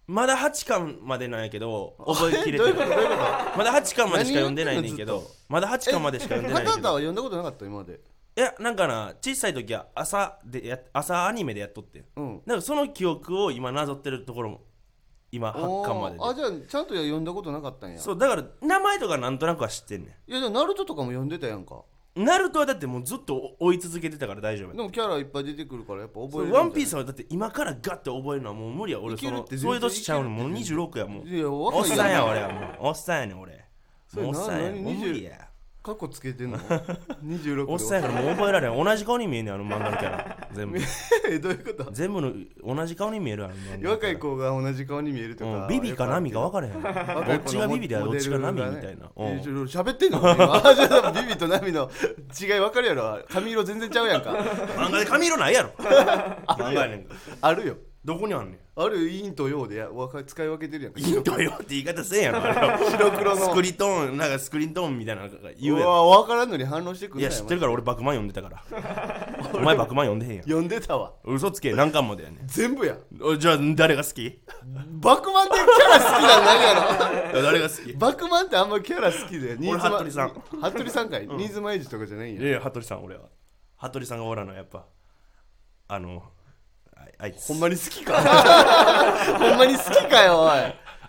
[SPEAKER 1] まだ8巻までなんやけど覚えきれ
[SPEAKER 2] どうい
[SPEAKER 1] て
[SPEAKER 2] うことど
[SPEAKER 1] る
[SPEAKER 2] ういうことハ
[SPEAKER 1] まだ8巻までしか読んでないねんけ
[SPEAKER 2] 何言ってんの
[SPEAKER 1] ど
[SPEAKER 2] ず
[SPEAKER 1] まだ8巻までしか読ん
[SPEAKER 2] ン
[SPEAKER 1] でないね
[SPEAKER 2] ター
[SPEAKER 1] ん
[SPEAKER 2] ハン
[SPEAKER 1] け
[SPEAKER 2] ターは
[SPEAKER 1] ど
[SPEAKER 2] 読んだことなかった今まで
[SPEAKER 1] いやなんかな小さい時は朝でや朝アニメでやっとって
[SPEAKER 2] うん
[SPEAKER 1] なんかその記憶を今なぞってるところも今8巻まで
[SPEAKER 2] あーあ
[SPEAKER 1] で
[SPEAKER 2] じゃあちゃんと読んだことなかったんや
[SPEAKER 1] そうだから名前とかなんとなくは知ってんね
[SPEAKER 2] いやでもナルトとかも読んでたやんか
[SPEAKER 1] んナルトはだってもうずっと追い続けてたから大丈夫やった
[SPEAKER 2] でもキャラいっぱい出てくるからやっぱ覚え
[SPEAKER 1] そ
[SPEAKER 2] れる
[SPEAKER 1] うん
[SPEAKER 2] じゃな
[SPEAKER 1] ワ
[SPEAKER 2] い
[SPEAKER 1] ンピースはだって今からガッて覚えるのはもう無理や俺
[SPEAKER 2] い
[SPEAKER 1] そ
[SPEAKER 2] ける
[SPEAKER 1] の
[SPEAKER 2] って全然
[SPEAKER 1] そういう年ちゃうのもう
[SPEAKER 2] いけるって
[SPEAKER 1] 26やもう
[SPEAKER 2] いや若い
[SPEAKER 1] おっ
[SPEAKER 2] やん
[SPEAKER 1] さんや俺はもうおっさんやねん俺
[SPEAKER 2] それ
[SPEAKER 1] もうおっさんや
[SPEAKER 2] な何
[SPEAKER 1] もう無理
[SPEAKER 2] 20
[SPEAKER 1] や
[SPEAKER 2] 過去つけ てんの ?26 で
[SPEAKER 1] おっさんやからもう覚えられん同じ顔に見えんねんあの漫画のキャラ全部
[SPEAKER 2] えどういうこと
[SPEAKER 1] 全部の同じ顔に見えるあの漫画のキ
[SPEAKER 2] 若
[SPEAKER 1] ャ
[SPEAKER 2] い
[SPEAKER 1] ラ
[SPEAKER 2] 子が同じ顔に見えると
[SPEAKER 1] う
[SPEAKER 2] か
[SPEAKER 1] んビビかナミか分か
[SPEAKER 2] か
[SPEAKER 1] らへんどっちがビビでどっちがナミみたいなうん
[SPEAKER 2] 喋ってんの今ちょっとビビとナミの違い分かるやろ髪色全然ちゃうやんか
[SPEAKER 1] 漫画で髪色ないやろ漫画やねんから
[SPEAKER 2] あるよ
[SPEAKER 1] どこにあんねん
[SPEAKER 2] ある陰と陽でやわか使い分けてるやんか
[SPEAKER 1] ヒントよって言い方せんやろあれ
[SPEAKER 2] 白黒の
[SPEAKER 1] スクリトーンなんかスクリーントーンみたいなのが言うや
[SPEAKER 2] う
[SPEAKER 1] ろ
[SPEAKER 2] わ分からんのに反論してく
[SPEAKER 1] い
[SPEAKER 2] る
[SPEAKER 1] や知ってるから俺バクマン読んでた からお前バクマン読んでへんやん
[SPEAKER 2] 呼んでたわ
[SPEAKER 1] 嘘つけ何巻までやね
[SPEAKER 2] 全部やん
[SPEAKER 1] んおじゃあ誰が好き
[SPEAKER 2] バクマンってキャラ好きなん何やろ
[SPEAKER 1] 誰が好き
[SPEAKER 2] バクマンってあんまキャラ好きで新妻
[SPEAKER 1] 服部さん
[SPEAKER 2] 服部さんかい新妻エイジとかじゃないんや
[SPEAKER 1] いや服部さん俺は服部さんがおらんのはやっぱあのああいつ
[SPEAKER 2] ほんまに好きかほんまに好きかよおい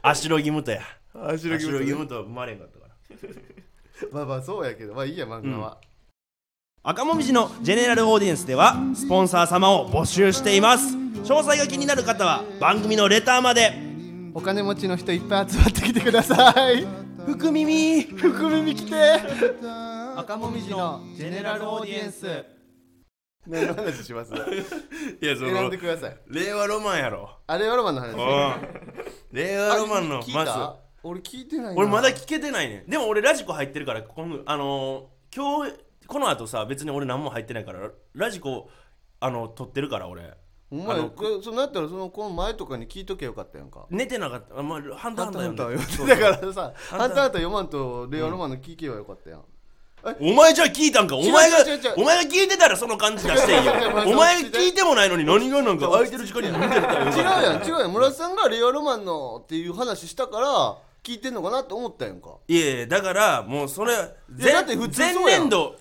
[SPEAKER 1] アシロギムトや
[SPEAKER 2] あ
[SPEAKER 1] アシロギ
[SPEAKER 2] ギム
[SPEAKER 1] ムトは生まれんかったから
[SPEAKER 2] まあまあそうやけどまあいいや漫画は、
[SPEAKER 1] 赤もみじのジェネラルオーディエンスではスポンサー様を募集しています詳細が気になる方は番組のレターまで
[SPEAKER 2] お金持ちの人いっぱい集まってきてください
[SPEAKER 1] 福耳
[SPEAKER 2] 福耳来て赤もみじのジェネラルオーディエンス何の話します
[SPEAKER 1] いやそ
[SPEAKER 2] 選ん
[SPEAKER 1] の
[SPEAKER 2] でください
[SPEAKER 1] 令和ロマンやろ
[SPEAKER 2] あれはロマンの話
[SPEAKER 1] うん
[SPEAKER 2] ですよ
[SPEAKER 1] 令和ロマン
[SPEAKER 2] あ
[SPEAKER 1] の
[SPEAKER 2] 聞い
[SPEAKER 1] ま
[SPEAKER 2] た
[SPEAKER 1] ず
[SPEAKER 2] 俺聞いてないな
[SPEAKER 1] 俺まだ聞けてないねんでも俺ラジコ入ってるから今後あのー今日この後さ別に俺何も入ってないからラジコあの撮ってるから俺
[SPEAKER 2] お前
[SPEAKER 1] あの
[SPEAKER 2] これそうなったらそのこの前とかに聞いとけよかったやんか
[SPEAKER 1] 寝てなかったあまあハンターハンター読んで
[SPEAKER 2] だからさ「
[SPEAKER 1] ハンター
[SPEAKER 2] ハンターハンター」読まんとレオロマンの聞けばよかったやん
[SPEAKER 1] お前じゃあ聞いたんかお
[SPEAKER 2] 違う
[SPEAKER 1] 前が
[SPEAKER 2] 違う違う違う
[SPEAKER 1] お前が聞いてたらその感じ出して いいよお前聞いてもないのに何がなんか空いてる時間に見てるから
[SPEAKER 2] 違うやん違うやん村田さんがレオロマンのっていう話したから聞いてんのかなと思ったやんか
[SPEAKER 1] いやいやだからもうそれ
[SPEAKER 2] だ
[SPEAKER 1] 前
[SPEAKER 2] って普通そう
[SPEAKER 1] 前
[SPEAKER 2] やん
[SPEAKER 1] 年度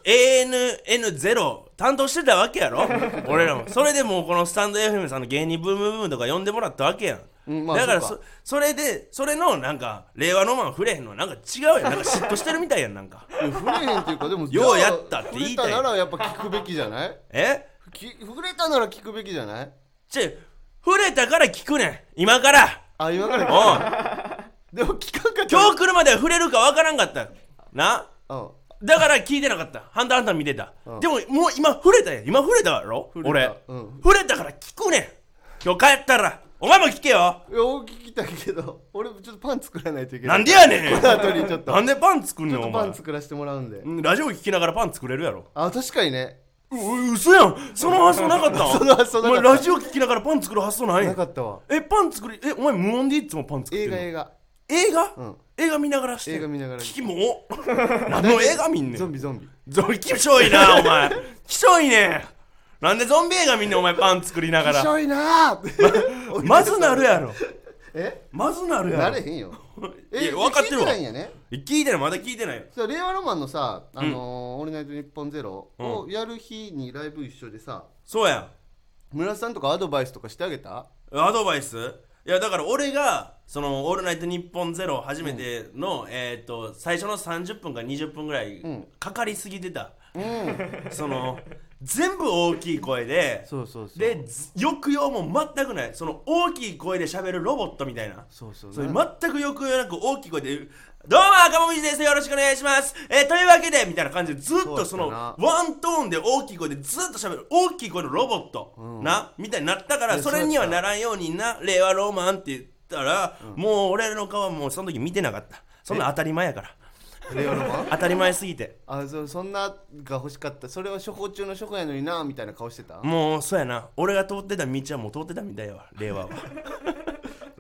[SPEAKER 1] ANN0 担当してたわけや ろ俺らもそれでもうこのスタンド FM さんの芸人ブームブームとか呼んでもらったわけやん、
[SPEAKER 2] うんまあ
[SPEAKER 1] だから
[SPEAKER 2] そう
[SPEAKER 1] そ
[SPEAKER 2] か
[SPEAKER 1] それでそれのなんか令和ロマン触れへんのはなんか違うやんなんか嫉妬してるみたいやんなんか
[SPEAKER 2] いや触れへんっていうかでも
[SPEAKER 1] ようやったって言いたい
[SPEAKER 2] 触れたならやっぱ聞くべきじゃない
[SPEAKER 1] え
[SPEAKER 2] き触れたなら聞くべきじゃない
[SPEAKER 1] ちょ触れたから聞くねん今から
[SPEAKER 2] あ今から
[SPEAKER 1] おう
[SPEAKER 2] でも聞かんかったら
[SPEAKER 1] 今日来るまでは触れるかわからんかったな
[SPEAKER 2] うん
[SPEAKER 1] だから聞いてなかったハンターハンター見てた、
[SPEAKER 2] うん
[SPEAKER 1] でももう今触れたやん今触れたやろ
[SPEAKER 2] 触れ
[SPEAKER 1] 俺
[SPEAKER 2] た、うん
[SPEAKER 1] 触れたから聞くねん今日帰ったらお前も聞けよ
[SPEAKER 2] いや俺聞きたいけど 俺ちょっとパン作らないといけな
[SPEAKER 1] ないんでやね
[SPEAKER 2] この
[SPEAKER 1] ん
[SPEAKER 2] 後にちょっと
[SPEAKER 1] なんでパン作んねんお
[SPEAKER 2] パ
[SPEAKER 1] 前
[SPEAKER 2] ン作らせてもらうんで
[SPEAKER 1] うんラジオ聞きながらパン作れるやろ
[SPEAKER 2] あ確かにね
[SPEAKER 1] うう嘘やんその発想なかったん
[SPEAKER 2] その発
[SPEAKER 1] お
[SPEAKER 2] 想なかった
[SPEAKER 1] 前ラジオ聞きながらパン作る発想ないん
[SPEAKER 2] なかったわ
[SPEAKER 1] えパン作りえお前無音でいつもパン作って
[SPEAKER 2] 映
[SPEAKER 1] るの
[SPEAKER 2] 画映画
[SPEAKER 1] 映画、
[SPEAKER 2] うん
[SPEAKER 1] 映画見ながらして
[SPEAKER 2] 映画見ながら
[SPEAKER 1] 聞きも何の映画見んねん
[SPEAKER 2] ゾンビゾンビ
[SPEAKER 1] ゾンビきしょいなお前きしょいねんなんでゾンビ映画みんなお前パン作りなが
[SPEAKER 2] 面
[SPEAKER 1] ら
[SPEAKER 2] 白いなー って
[SPEAKER 1] まずなるやろ
[SPEAKER 2] え
[SPEAKER 1] まずなるや
[SPEAKER 2] な
[SPEAKER 1] ろ
[SPEAKER 2] れへんよ
[SPEAKER 1] いや分かってる
[SPEAKER 2] 聞い
[SPEAKER 1] わ
[SPEAKER 2] ないんやね
[SPEAKER 1] 聞いてないまだ聞いてないよ
[SPEAKER 2] そう令和ロマンのさ「あのーオールナイトニッポンゼロ
[SPEAKER 1] うん
[SPEAKER 2] をやる日にライブ一緒でさ
[SPEAKER 1] そうや
[SPEAKER 2] 村田さんとかアドバイスとかしてあげた
[SPEAKER 1] んアドバイスいやだから俺がその「オールナイトニッポンゼロ初めての、えーっと最初の30分か20分ぐらい
[SPEAKER 2] ん
[SPEAKER 1] かかりすぎてた、
[SPEAKER 2] うん
[SPEAKER 1] その全部大きい声で
[SPEAKER 2] そうそうそう
[SPEAKER 1] でず抑揚も全くないその大きい声で喋るロボットみたいな
[SPEAKER 2] そうそう
[SPEAKER 1] それ全く抑揚なく大きい声で「どうも赤もみじですよろしくお願いします」えーというわけでみたいな感じでずっとその
[SPEAKER 2] そうだな
[SPEAKER 1] ワントーンで大きい声でずっと喋る大きい声のロボット、
[SPEAKER 2] うん
[SPEAKER 1] なみたいになったから
[SPEAKER 2] いや
[SPEAKER 1] それには
[SPEAKER 2] そうや
[SPEAKER 1] な
[SPEAKER 2] っ
[SPEAKER 1] らんようにな「令和ロマン」って言ったら、もう俺の顔はもうその時見てなかったそんな当たり前やから
[SPEAKER 2] 令和ロマン
[SPEAKER 1] 当たり前すぎて
[SPEAKER 2] あそうそんなが欲しかったそれは処方中の処方やのになみたいな顔してた
[SPEAKER 1] もうそうやな俺が通ってた道はもう通ってたみたいやわ令 和は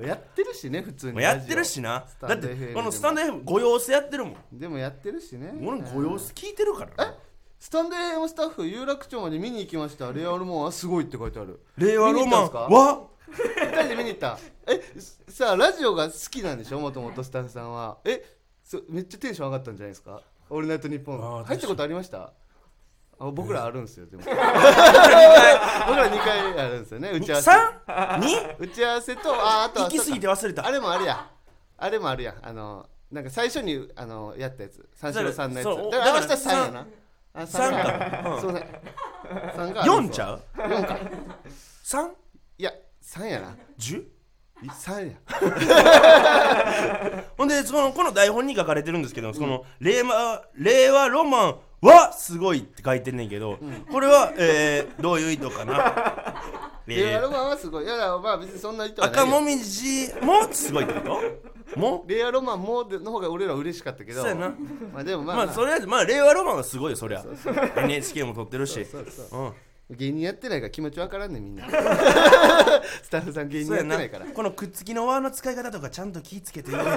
[SPEAKER 2] やってるしね普通
[SPEAKER 1] も
[SPEAKER 2] に
[SPEAKER 1] うやってるしな
[SPEAKER 2] スタン
[SPEAKER 1] だ
[SPEAKER 2] ド
[SPEAKER 1] って
[SPEAKER 2] FM でも
[SPEAKER 1] このスタンド FM ご様子やってるもん
[SPEAKER 2] ラジオでもやってるしね
[SPEAKER 1] 俺のご様子聞いてるからな
[SPEAKER 2] スタンド AM スタッフ有楽町まで見に行きましたレアルモンはすごいって書いてある
[SPEAKER 1] 令和ロマン
[SPEAKER 2] わ
[SPEAKER 1] は
[SPEAKER 2] 二人で見に行ったえすさあラジオが好きなんでしょもともとスタッフさんはえそめっちゃテンション上がったんじゃないですか「オールナイトニッポ
[SPEAKER 1] あ
[SPEAKER 2] ン」
[SPEAKER 1] ー
[SPEAKER 2] 入ったことありましたあ僕らあるんですよ でも僕ら2回あるんですよね打ち合わせ
[SPEAKER 1] 三 に
[SPEAKER 2] 打ち合わせとああとは
[SPEAKER 1] 行き過ぎて忘れた。
[SPEAKER 2] あれもあるやあれもあるやあのなんか最初にあのやったやつ三四郎さんのやつ
[SPEAKER 1] だからそう
[SPEAKER 2] だか
[SPEAKER 1] だ
[SPEAKER 2] ら明日
[SPEAKER 1] から
[SPEAKER 2] 三やなあ
[SPEAKER 1] 三
[SPEAKER 2] 三
[SPEAKER 1] か
[SPEAKER 2] すいません三があるん
[SPEAKER 1] 四
[SPEAKER 2] です
[SPEAKER 1] ち
[SPEAKER 2] わ
[SPEAKER 1] ゃう？
[SPEAKER 2] 四か
[SPEAKER 1] 三
[SPEAKER 2] いや三やな
[SPEAKER 1] 十？
[SPEAKER 2] い三や
[SPEAKER 1] ほんでそのこの台本に書かれてるんですけど、その令和令和ロマンはすごいって書いてんねんけど、これは、えー、どういう意図かな？
[SPEAKER 2] レ
[SPEAKER 1] え
[SPEAKER 2] アル
[SPEAKER 1] ー、
[SPEAKER 2] マンはすごいいやだまあ別にそんな意図はない
[SPEAKER 1] 赤
[SPEAKER 2] よ
[SPEAKER 1] もみじもすごいってこと？も？
[SPEAKER 2] レアロマンもでの方が俺ら嬉しかったけど
[SPEAKER 1] そうやな
[SPEAKER 2] まあでもまあ、
[SPEAKER 1] まあ
[SPEAKER 2] まあ
[SPEAKER 1] とりあえずまあ令和ロマンはすごいよそりゃ。NHK も撮ってるし。
[SPEAKER 2] そうそう
[SPEAKER 1] うん。
[SPEAKER 2] 芸人やってないから気持ちわからんねみん なスタッフさん芸人
[SPEAKER 1] そう
[SPEAKER 2] や
[SPEAKER 1] や
[SPEAKER 2] って
[SPEAKER 1] な
[SPEAKER 2] ないから。
[SPEAKER 1] このくっつきの輪の使い方とかちゃんと気ぃつけていいよね。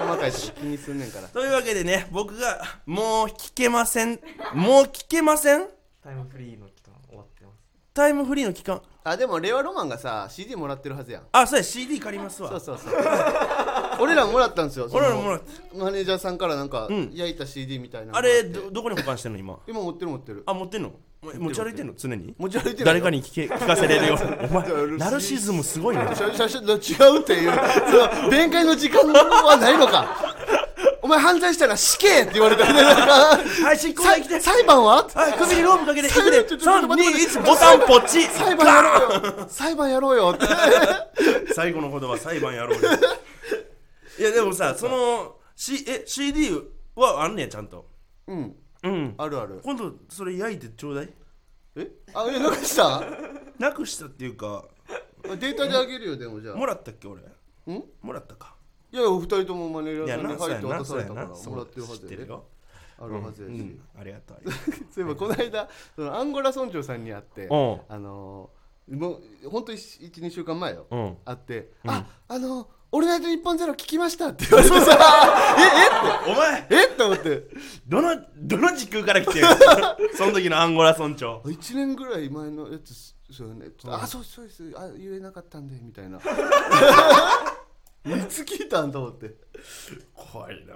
[SPEAKER 2] 細かいし気にすんねんから
[SPEAKER 1] というわけでね僕がもう聞けませんもう聞けません
[SPEAKER 5] タイムフリーの期間終わってます。
[SPEAKER 1] タイムフリーの期間
[SPEAKER 2] あでもレアロマンがさ CD もらってるはずやん
[SPEAKER 1] あそうや CD 借りますわ
[SPEAKER 2] そうそうそう俺らもらったんですよその
[SPEAKER 1] 俺らもらっ
[SPEAKER 2] マネージャーさんからなんか
[SPEAKER 1] うん
[SPEAKER 2] 焼いた CD みたいなの
[SPEAKER 1] あれ
[SPEAKER 2] もらって
[SPEAKER 1] どどこに保管してんの今
[SPEAKER 2] 今持ってる持ってる
[SPEAKER 1] あ持ってんのお前持ち歩いてんの常に
[SPEAKER 2] 持ち歩いてる
[SPEAKER 1] 誰かに聞け聞かせれるよお
[SPEAKER 2] じゃあ
[SPEAKER 1] 前
[SPEAKER 2] 俺
[SPEAKER 1] ナルシズムすごいな
[SPEAKER 2] しゃしゃしゃ違うっていうその弁解の時間はないのかお前犯罪したら死刑って言われたみたいな
[SPEAKER 1] はい執行
[SPEAKER 2] 裁
[SPEAKER 1] 来て
[SPEAKER 2] 裁判は
[SPEAKER 1] はい首にロープかけていくで
[SPEAKER 2] ちょちょちょ
[SPEAKER 1] 321
[SPEAKER 2] 待って待って
[SPEAKER 1] ボタンポチ
[SPEAKER 2] 裁判やろうよ裁判やろうよって
[SPEAKER 1] 最後の言葉裁判やろうよいやでもさその、C、え CD はあんねやちゃんと
[SPEAKER 2] うん
[SPEAKER 1] うん
[SPEAKER 2] あるある
[SPEAKER 1] 今度それ焼いてちょうだい
[SPEAKER 2] えあえなんかした
[SPEAKER 1] なくしたっていうか
[SPEAKER 2] データであげるよでもじゃあ
[SPEAKER 1] もらったっけ俺
[SPEAKER 2] ん
[SPEAKER 1] もらったか
[SPEAKER 2] いやいやお二人ともマネージャーさんに
[SPEAKER 1] そう
[SPEAKER 2] 入
[SPEAKER 1] や
[SPEAKER 2] って渡された
[SPEAKER 1] そうや
[SPEAKER 2] から
[SPEAKER 1] なそう
[SPEAKER 2] もらってるはず
[SPEAKER 1] 知って
[SPEAKER 2] や
[SPEAKER 1] る
[SPEAKER 2] で
[SPEAKER 1] よ
[SPEAKER 2] あるはずやし、
[SPEAKER 1] うんうんありがとうありがとう
[SPEAKER 2] そういえばこの間そのアンゴラ村長さんに会って
[SPEAKER 1] お
[SPEAKER 2] あのーもうほんと12週間前よ
[SPEAKER 1] うん
[SPEAKER 2] 会って「
[SPEAKER 1] うん
[SPEAKER 2] ああのーオールナイトニッポンゼロ聞きました」って言われてさ
[SPEAKER 1] お前
[SPEAKER 2] えっと思って
[SPEAKER 1] どのどの 時空から来てるその時のアンゴラ村長
[SPEAKER 2] 1年ぐらい前のやつそうよね
[SPEAKER 1] うん
[SPEAKER 2] あそうそうですあ言えなかったんでみたいな いつ聞いたんと思って
[SPEAKER 1] 怖いな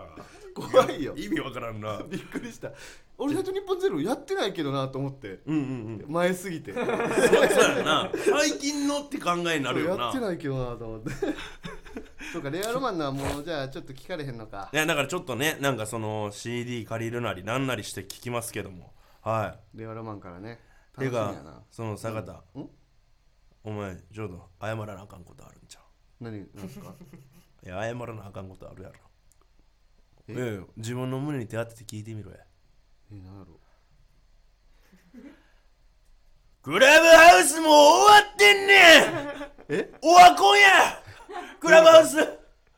[SPEAKER 2] 怖いよ
[SPEAKER 1] 意味わからんな
[SPEAKER 2] びっくりした「オールナイトニッポンゼロやってないけどなと思って
[SPEAKER 1] うんうん
[SPEAKER 2] 前すぎて
[SPEAKER 1] うんそうやな最近のって考えになるよ
[SPEAKER 2] や
[SPEAKER 1] な
[SPEAKER 2] ってないけどなと思って そうかレアロマンのはもうじゃあちょっと聞かれへんのか
[SPEAKER 1] いやだからちょっとねなんかその CD 借りるなりなんなりして聞きますけどもは
[SPEAKER 2] レアロマンからね
[SPEAKER 1] いて
[SPEAKER 2] 楽しみ
[SPEAKER 1] か
[SPEAKER 2] やな
[SPEAKER 1] その坂田
[SPEAKER 2] ん
[SPEAKER 1] お前ちょうど謝らなあかんことあるんちゃ
[SPEAKER 2] 何なんすか
[SPEAKER 1] ういや謝らなあかんことあるやろ
[SPEAKER 2] え
[SPEAKER 1] いやいや自分の胸に手当てて聞いてみろや
[SPEAKER 2] えなんやろ
[SPEAKER 1] クラブハウスも終わってんねん
[SPEAKER 2] え
[SPEAKER 1] オワコンやクラブハウス
[SPEAKER 2] ど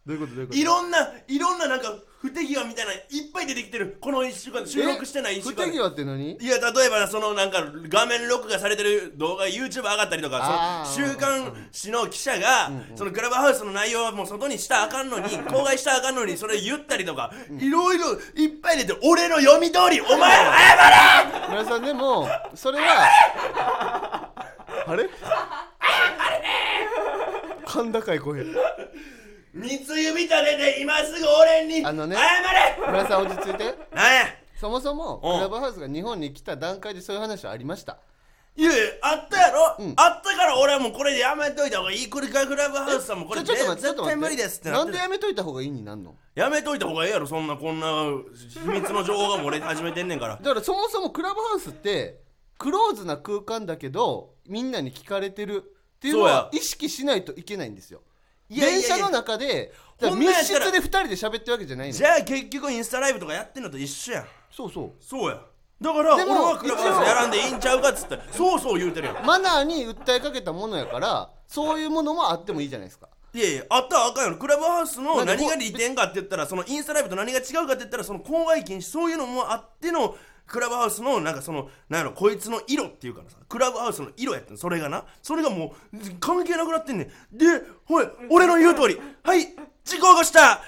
[SPEAKER 2] ういうことどういうこと
[SPEAKER 1] いろんないろんななんか不手際みたいないっぱい出てきてるこの1週間収録してない1週
[SPEAKER 2] 不
[SPEAKER 1] 間
[SPEAKER 2] 手際って何
[SPEAKER 1] いや例えばそのなんか画面録画されてる動画 YouTube 上がったりとか
[SPEAKER 2] あー
[SPEAKER 1] その週刊誌の記者がそのクラブハウスの内容はもう外にしたらあかんのに公開したらあかんのにそれ言ったりとかいろいろいっぱい出て俺の読み通りお前謝れ
[SPEAKER 2] 村井さんでもそれはあれ甲高い声
[SPEAKER 1] 三つ指立てて今すぐ俺に謝
[SPEAKER 2] あ
[SPEAKER 1] れな
[SPEAKER 2] の
[SPEAKER 1] ん
[SPEAKER 2] ね村井さん落ち着いて
[SPEAKER 1] や
[SPEAKER 2] そもそもク
[SPEAKER 1] うん
[SPEAKER 2] ラブハウスが日本に来た段階でそういう話はありました
[SPEAKER 1] いやいやあったやろ、
[SPEAKER 2] うん
[SPEAKER 1] あったから俺はもうこれでやめといた方がいいこれからクラブハウスさんもこれ
[SPEAKER 2] ちょちょっと待ってちょっ
[SPEAKER 1] 絶
[SPEAKER 2] と待
[SPEAKER 1] 対
[SPEAKER 2] って
[SPEAKER 1] 無理ですってな
[SPEAKER 2] な
[SPEAKER 1] って
[SPEAKER 2] んでやめといた方がいいになんの
[SPEAKER 1] やめといた方がええやろそんなこんな秘密の情報が漏れ始めてんねんから
[SPEAKER 2] だからそもそもクラブハウスってクローズな空間だけどみんなに聞かれてるっていうの
[SPEAKER 1] そうや
[SPEAKER 2] は意識しないといけないんですよ
[SPEAKER 1] いやいやいや
[SPEAKER 2] 電車の中でだ
[SPEAKER 1] ほ
[SPEAKER 2] から
[SPEAKER 1] んな
[SPEAKER 2] 密
[SPEAKER 1] んやったら
[SPEAKER 2] 室で2人で喋ってるわけじゃないの
[SPEAKER 1] じゃあ結局インスタライブとかやってんのと一緒やん
[SPEAKER 2] そうそう
[SPEAKER 1] そうやだから
[SPEAKER 2] で
[SPEAKER 1] 俺
[SPEAKER 2] も
[SPEAKER 1] はクラブハウスやらんでいいんちゃうかっつってそうそう言うてるやん
[SPEAKER 2] マナーに訴えかけたものやからそういうものもあってもいいじゃないですか
[SPEAKER 1] いやいやあったらあかんやろクラブハウスの
[SPEAKER 2] なんで
[SPEAKER 1] 何
[SPEAKER 2] こう
[SPEAKER 1] が利点かって言ったらそのインスタライブと何が違うかって言ったらその公害禁止そういうのもあってのクラブハウスのなんかそのなんやろこいつの色っていうからさクラブハウスの色やってんそれがなそれがもう関係なくなってんねんでほい俺の言う通りはい事故起こした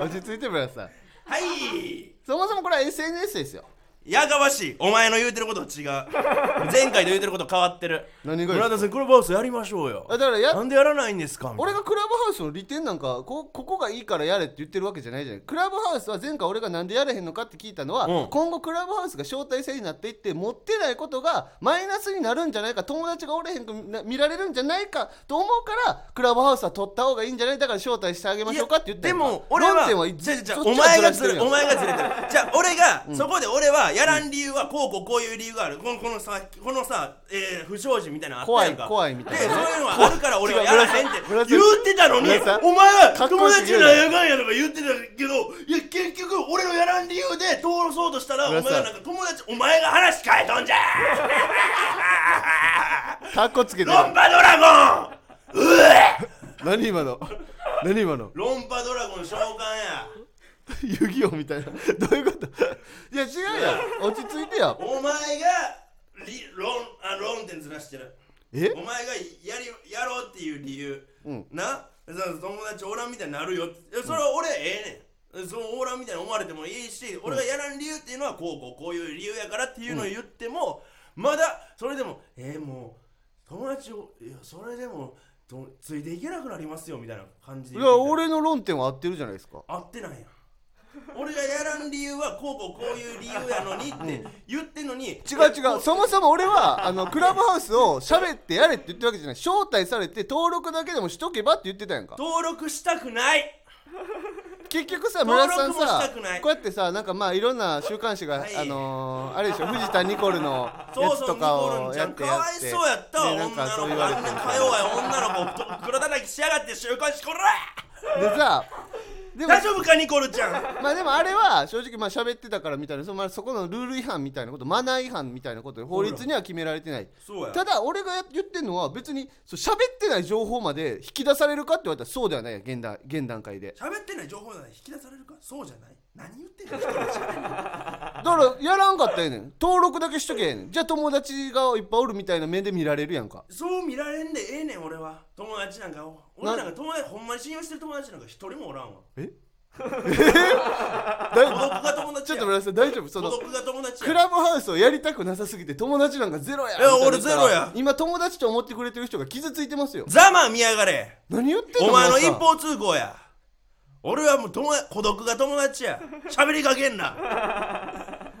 [SPEAKER 2] 落ち着いてください
[SPEAKER 1] はい
[SPEAKER 2] そもそもこれは SNS ですよ
[SPEAKER 1] やかましいお前の言うてることは 違う前回と言うてること変わってる
[SPEAKER 2] 何がですか
[SPEAKER 1] 村田さんクラブハウスやりましょうよ
[SPEAKER 2] あだからや
[SPEAKER 1] なんでやらないんですか
[SPEAKER 2] 俺がクラブハウスの利点なんかこここがいいからやれって言ってるわけじゃないじゃないクラブハウスは前回俺がなんでやれへんのかって聞いたのは、
[SPEAKER 1] うん
[SPEAKER 2] 今後クラブハウスが招待制になっていって持ってないことがマイナスになるんじゃないか友達がおれへんくな見られるんじゃないかと思うからクラブハウスは取った方がいいんじゃないだから招待してあげましょうかって言って
[SPEAKER 1] で
[SPEAKER 2] んの
[SPEAKER 1] も俺は
[SPEAKER 2] 論点はい
[SPEAKER 1] じゃあじゃあ
[SPEAKER 2] そっち
[SPEAKER 1] お前が
[SPEAKER 2] ず
[SPEAKER 1] ず
[SPEAKER 2] らして
[SPEAKER 1] れ
[SPEAKER 2] るやん
[SPEAKER 1] お前がずれてるじゃあ俺が、そこで俺はやらん理由はこうこうこういう理由があるこのこのさこのさ、えー不祥事みたいなのあった
[SPEAKER 2] 怖
[SPEAKER 1] や
[SPEAKER 2] い
[SPEAKER 1] んか
[SPEAKER 2] 怖いみたい
[SPEAKER 1] で
[SPEAKER 2] な
[SPEAKER 1] そういうのはあるから俺はやらへんって
[SPEAKER 2] 違う村田
[SPEAKER 1] 言ってたのにお前
[SPEAKER 2] 村田か
[SPEAKER 1] は
[SPEAKER 2] っこ
[SPEAKER 1] 友
[SPEAKER 2] よすぎ
[SPEAKER 1] 達
[SPEAKER 2] る
[SPEAKER 1] な
[SPEAKER 2] だろ
[SPEAKER 1] んやかんやとか言ってたけどいや結局俺のやらん理由で通そうとしたらお前
[SPEAKER 2] 村田
[SPEAKER 1] はなんか友達お前が話変えとんじゃー
[SPEAKER 2] かっこつけてる
[SPEAKER 1] ロンパドラゴンうえ
[SPEAKER 2] 何今の何今の
[SPEAKER 1] ロンパドラゴン召喚や
[SPEAKER 2] 遊戯王みたいなどういうこといや違うやん落ち着いてや
[SPEAKER 1] お前がり論あ論点ずらしてる
[SPEAKER 2] え
[SPEAKER 1] お前がやりやろうっていう理由、
[SPEAKER 2] うん
[SPEAKER 1] なその友達おらんみたいになるよっていやそれは俺はええねん、そのおらんみたいに思われてもいいし俺がやらん理由っていうのはこうこうこういう理由やからっていうのを言っても、まだそれでもえー、もう友達をいやそれでもとついていけなくなりますよみたいな感じ
[SPEAKER 2] い
[SPEAKER 1] で
[SPEAKER 2] や俺の論点は合ってるじゃないですか
[SPEAKER 1] 合ってないやん俺がやらん理由はこうこうこういう理由やのにって言ってんのに、
[SPEAKER 2] 違う違うそもそも俺はあのクラブハウスを喋ってやれって言ってるわけじゃない招待されて登録だけでもしとけばって言ってたやんか
[SPEAKER 1] 登録したくない
[SPEAKER 2] 結局さ
[SPEAKER 1] 登
[SPEAKER 2] 村
[SPEAKER 1] 録
[SPEAKER 2] 田さん
[SPEAKER 1] もした
[SPEAKER 2] さ
[SPEAKER 1] くない
[SPEAKER 2] こうやってさなんかまあいろんな週刊誌が、
[SPEAKER 1] はい
[SPEAKER 2] あのーあれでしょ藤田ニコルのや
[SPEAKER 1] そう
[SPEAKER 2] つ
[SPEAKER 1] そう
[SPEAKER 2] と
[SPEAKER 1] ニ
[SPEAKER 2] か
[SPEAKER 1] コルン
[SPEAKER 2] を
[SPEAKER 1] ちゃ
[SPEAKER 2] や
[SPEAKER 1] ん
[SPEAKER 2] っ
[SPEAKER 1] か
[SPEAKER 2] て
[SPEAKER 1] わい
[SPEAKER 2] て
[SPEAKER 1] そうやったわ、
[SPEAKER 2] でなん
[SPEAKER 1] 女
[SPEAKER 2] か
[SPEAKER 1] の
[SPEAKER 2] そ
[SPEAKER 1] 子
[SPEAKER 2] う言
[SPEAKER 1] あ
[SPEAKER 2] われて
[SPEAKER 1] ん
[SPEAKER 2] る
[SPEAKER 1] なか弱い女の子と黒叩きしやがって週刊誌こら
[SPEAKER 2] でさでも
[SPEAKER 1] 大丈夫かニコルちゃん
[SPEAKER 2] まあでもあれは正直まあ喋ってたからみたいなそ,、まあ、そこのルール違反みたいなことマナー違反みたいなことで法律には決められてない
[SPEAKER 1] そうや
[SPEAKER 2] ただ俺が言ってるのは別にそう喋ってない情報まで引き出されるかって言われたらそうではないや現段現段階で
[SPEAKER 1] 喋ってない情報なら引き出されるかそうじゃない何言ってんのニコルちゃん
[SPEAKER 2] だからやらんかったらええねん登録だけしとけばええねんじゃあ友達がいっぱいおるみたいな目で見られるやんか
[SPEAKER 1] そう見られんでええねん俺は友達なんかを俺なんか友達ほんまに信用してる友達なんか一人もおらんわ孤
[SPEAKER 2] だい
[SPEAKER 1] 独が友
[SPEAKER 2] ち
[SPEAKER 1] 達
[SPEAKER 2] ょっ
[SPEAKER 1] や
[SPEAKER 2] と村井さん大丈夫そ
[SPEAKER 1] 孤
[SPEAKER 2] の
[SPEAKER 1] 独が友達
[SPEAKER 2] ク
[SPEAKER 1] や
[SPEAKER 2] ラブハウスをやりたくなさすぎて友達なんかゼロや
[SPEAKER 1] いや
[SPEAKER 2] みた
[SPEAKER 1] 俺
[SPEAKER 2] な
[SPEAKER 1] ゼロや
[SPEAKER 2] 今友達と思ってくれてる人が傷ついてますよ
[SPEAKER 1] ざまあ見やがれ
[SPEAKER 2] 何言ってんの
[SPEAKER 1] お前の
[SPEAKER 2] 村
[SPEAKER 1] 一
[SPEAKER 2] 井さん
[SPEAKER 1] 方通行や俺はもう友達孤独が友達や喋りかけんな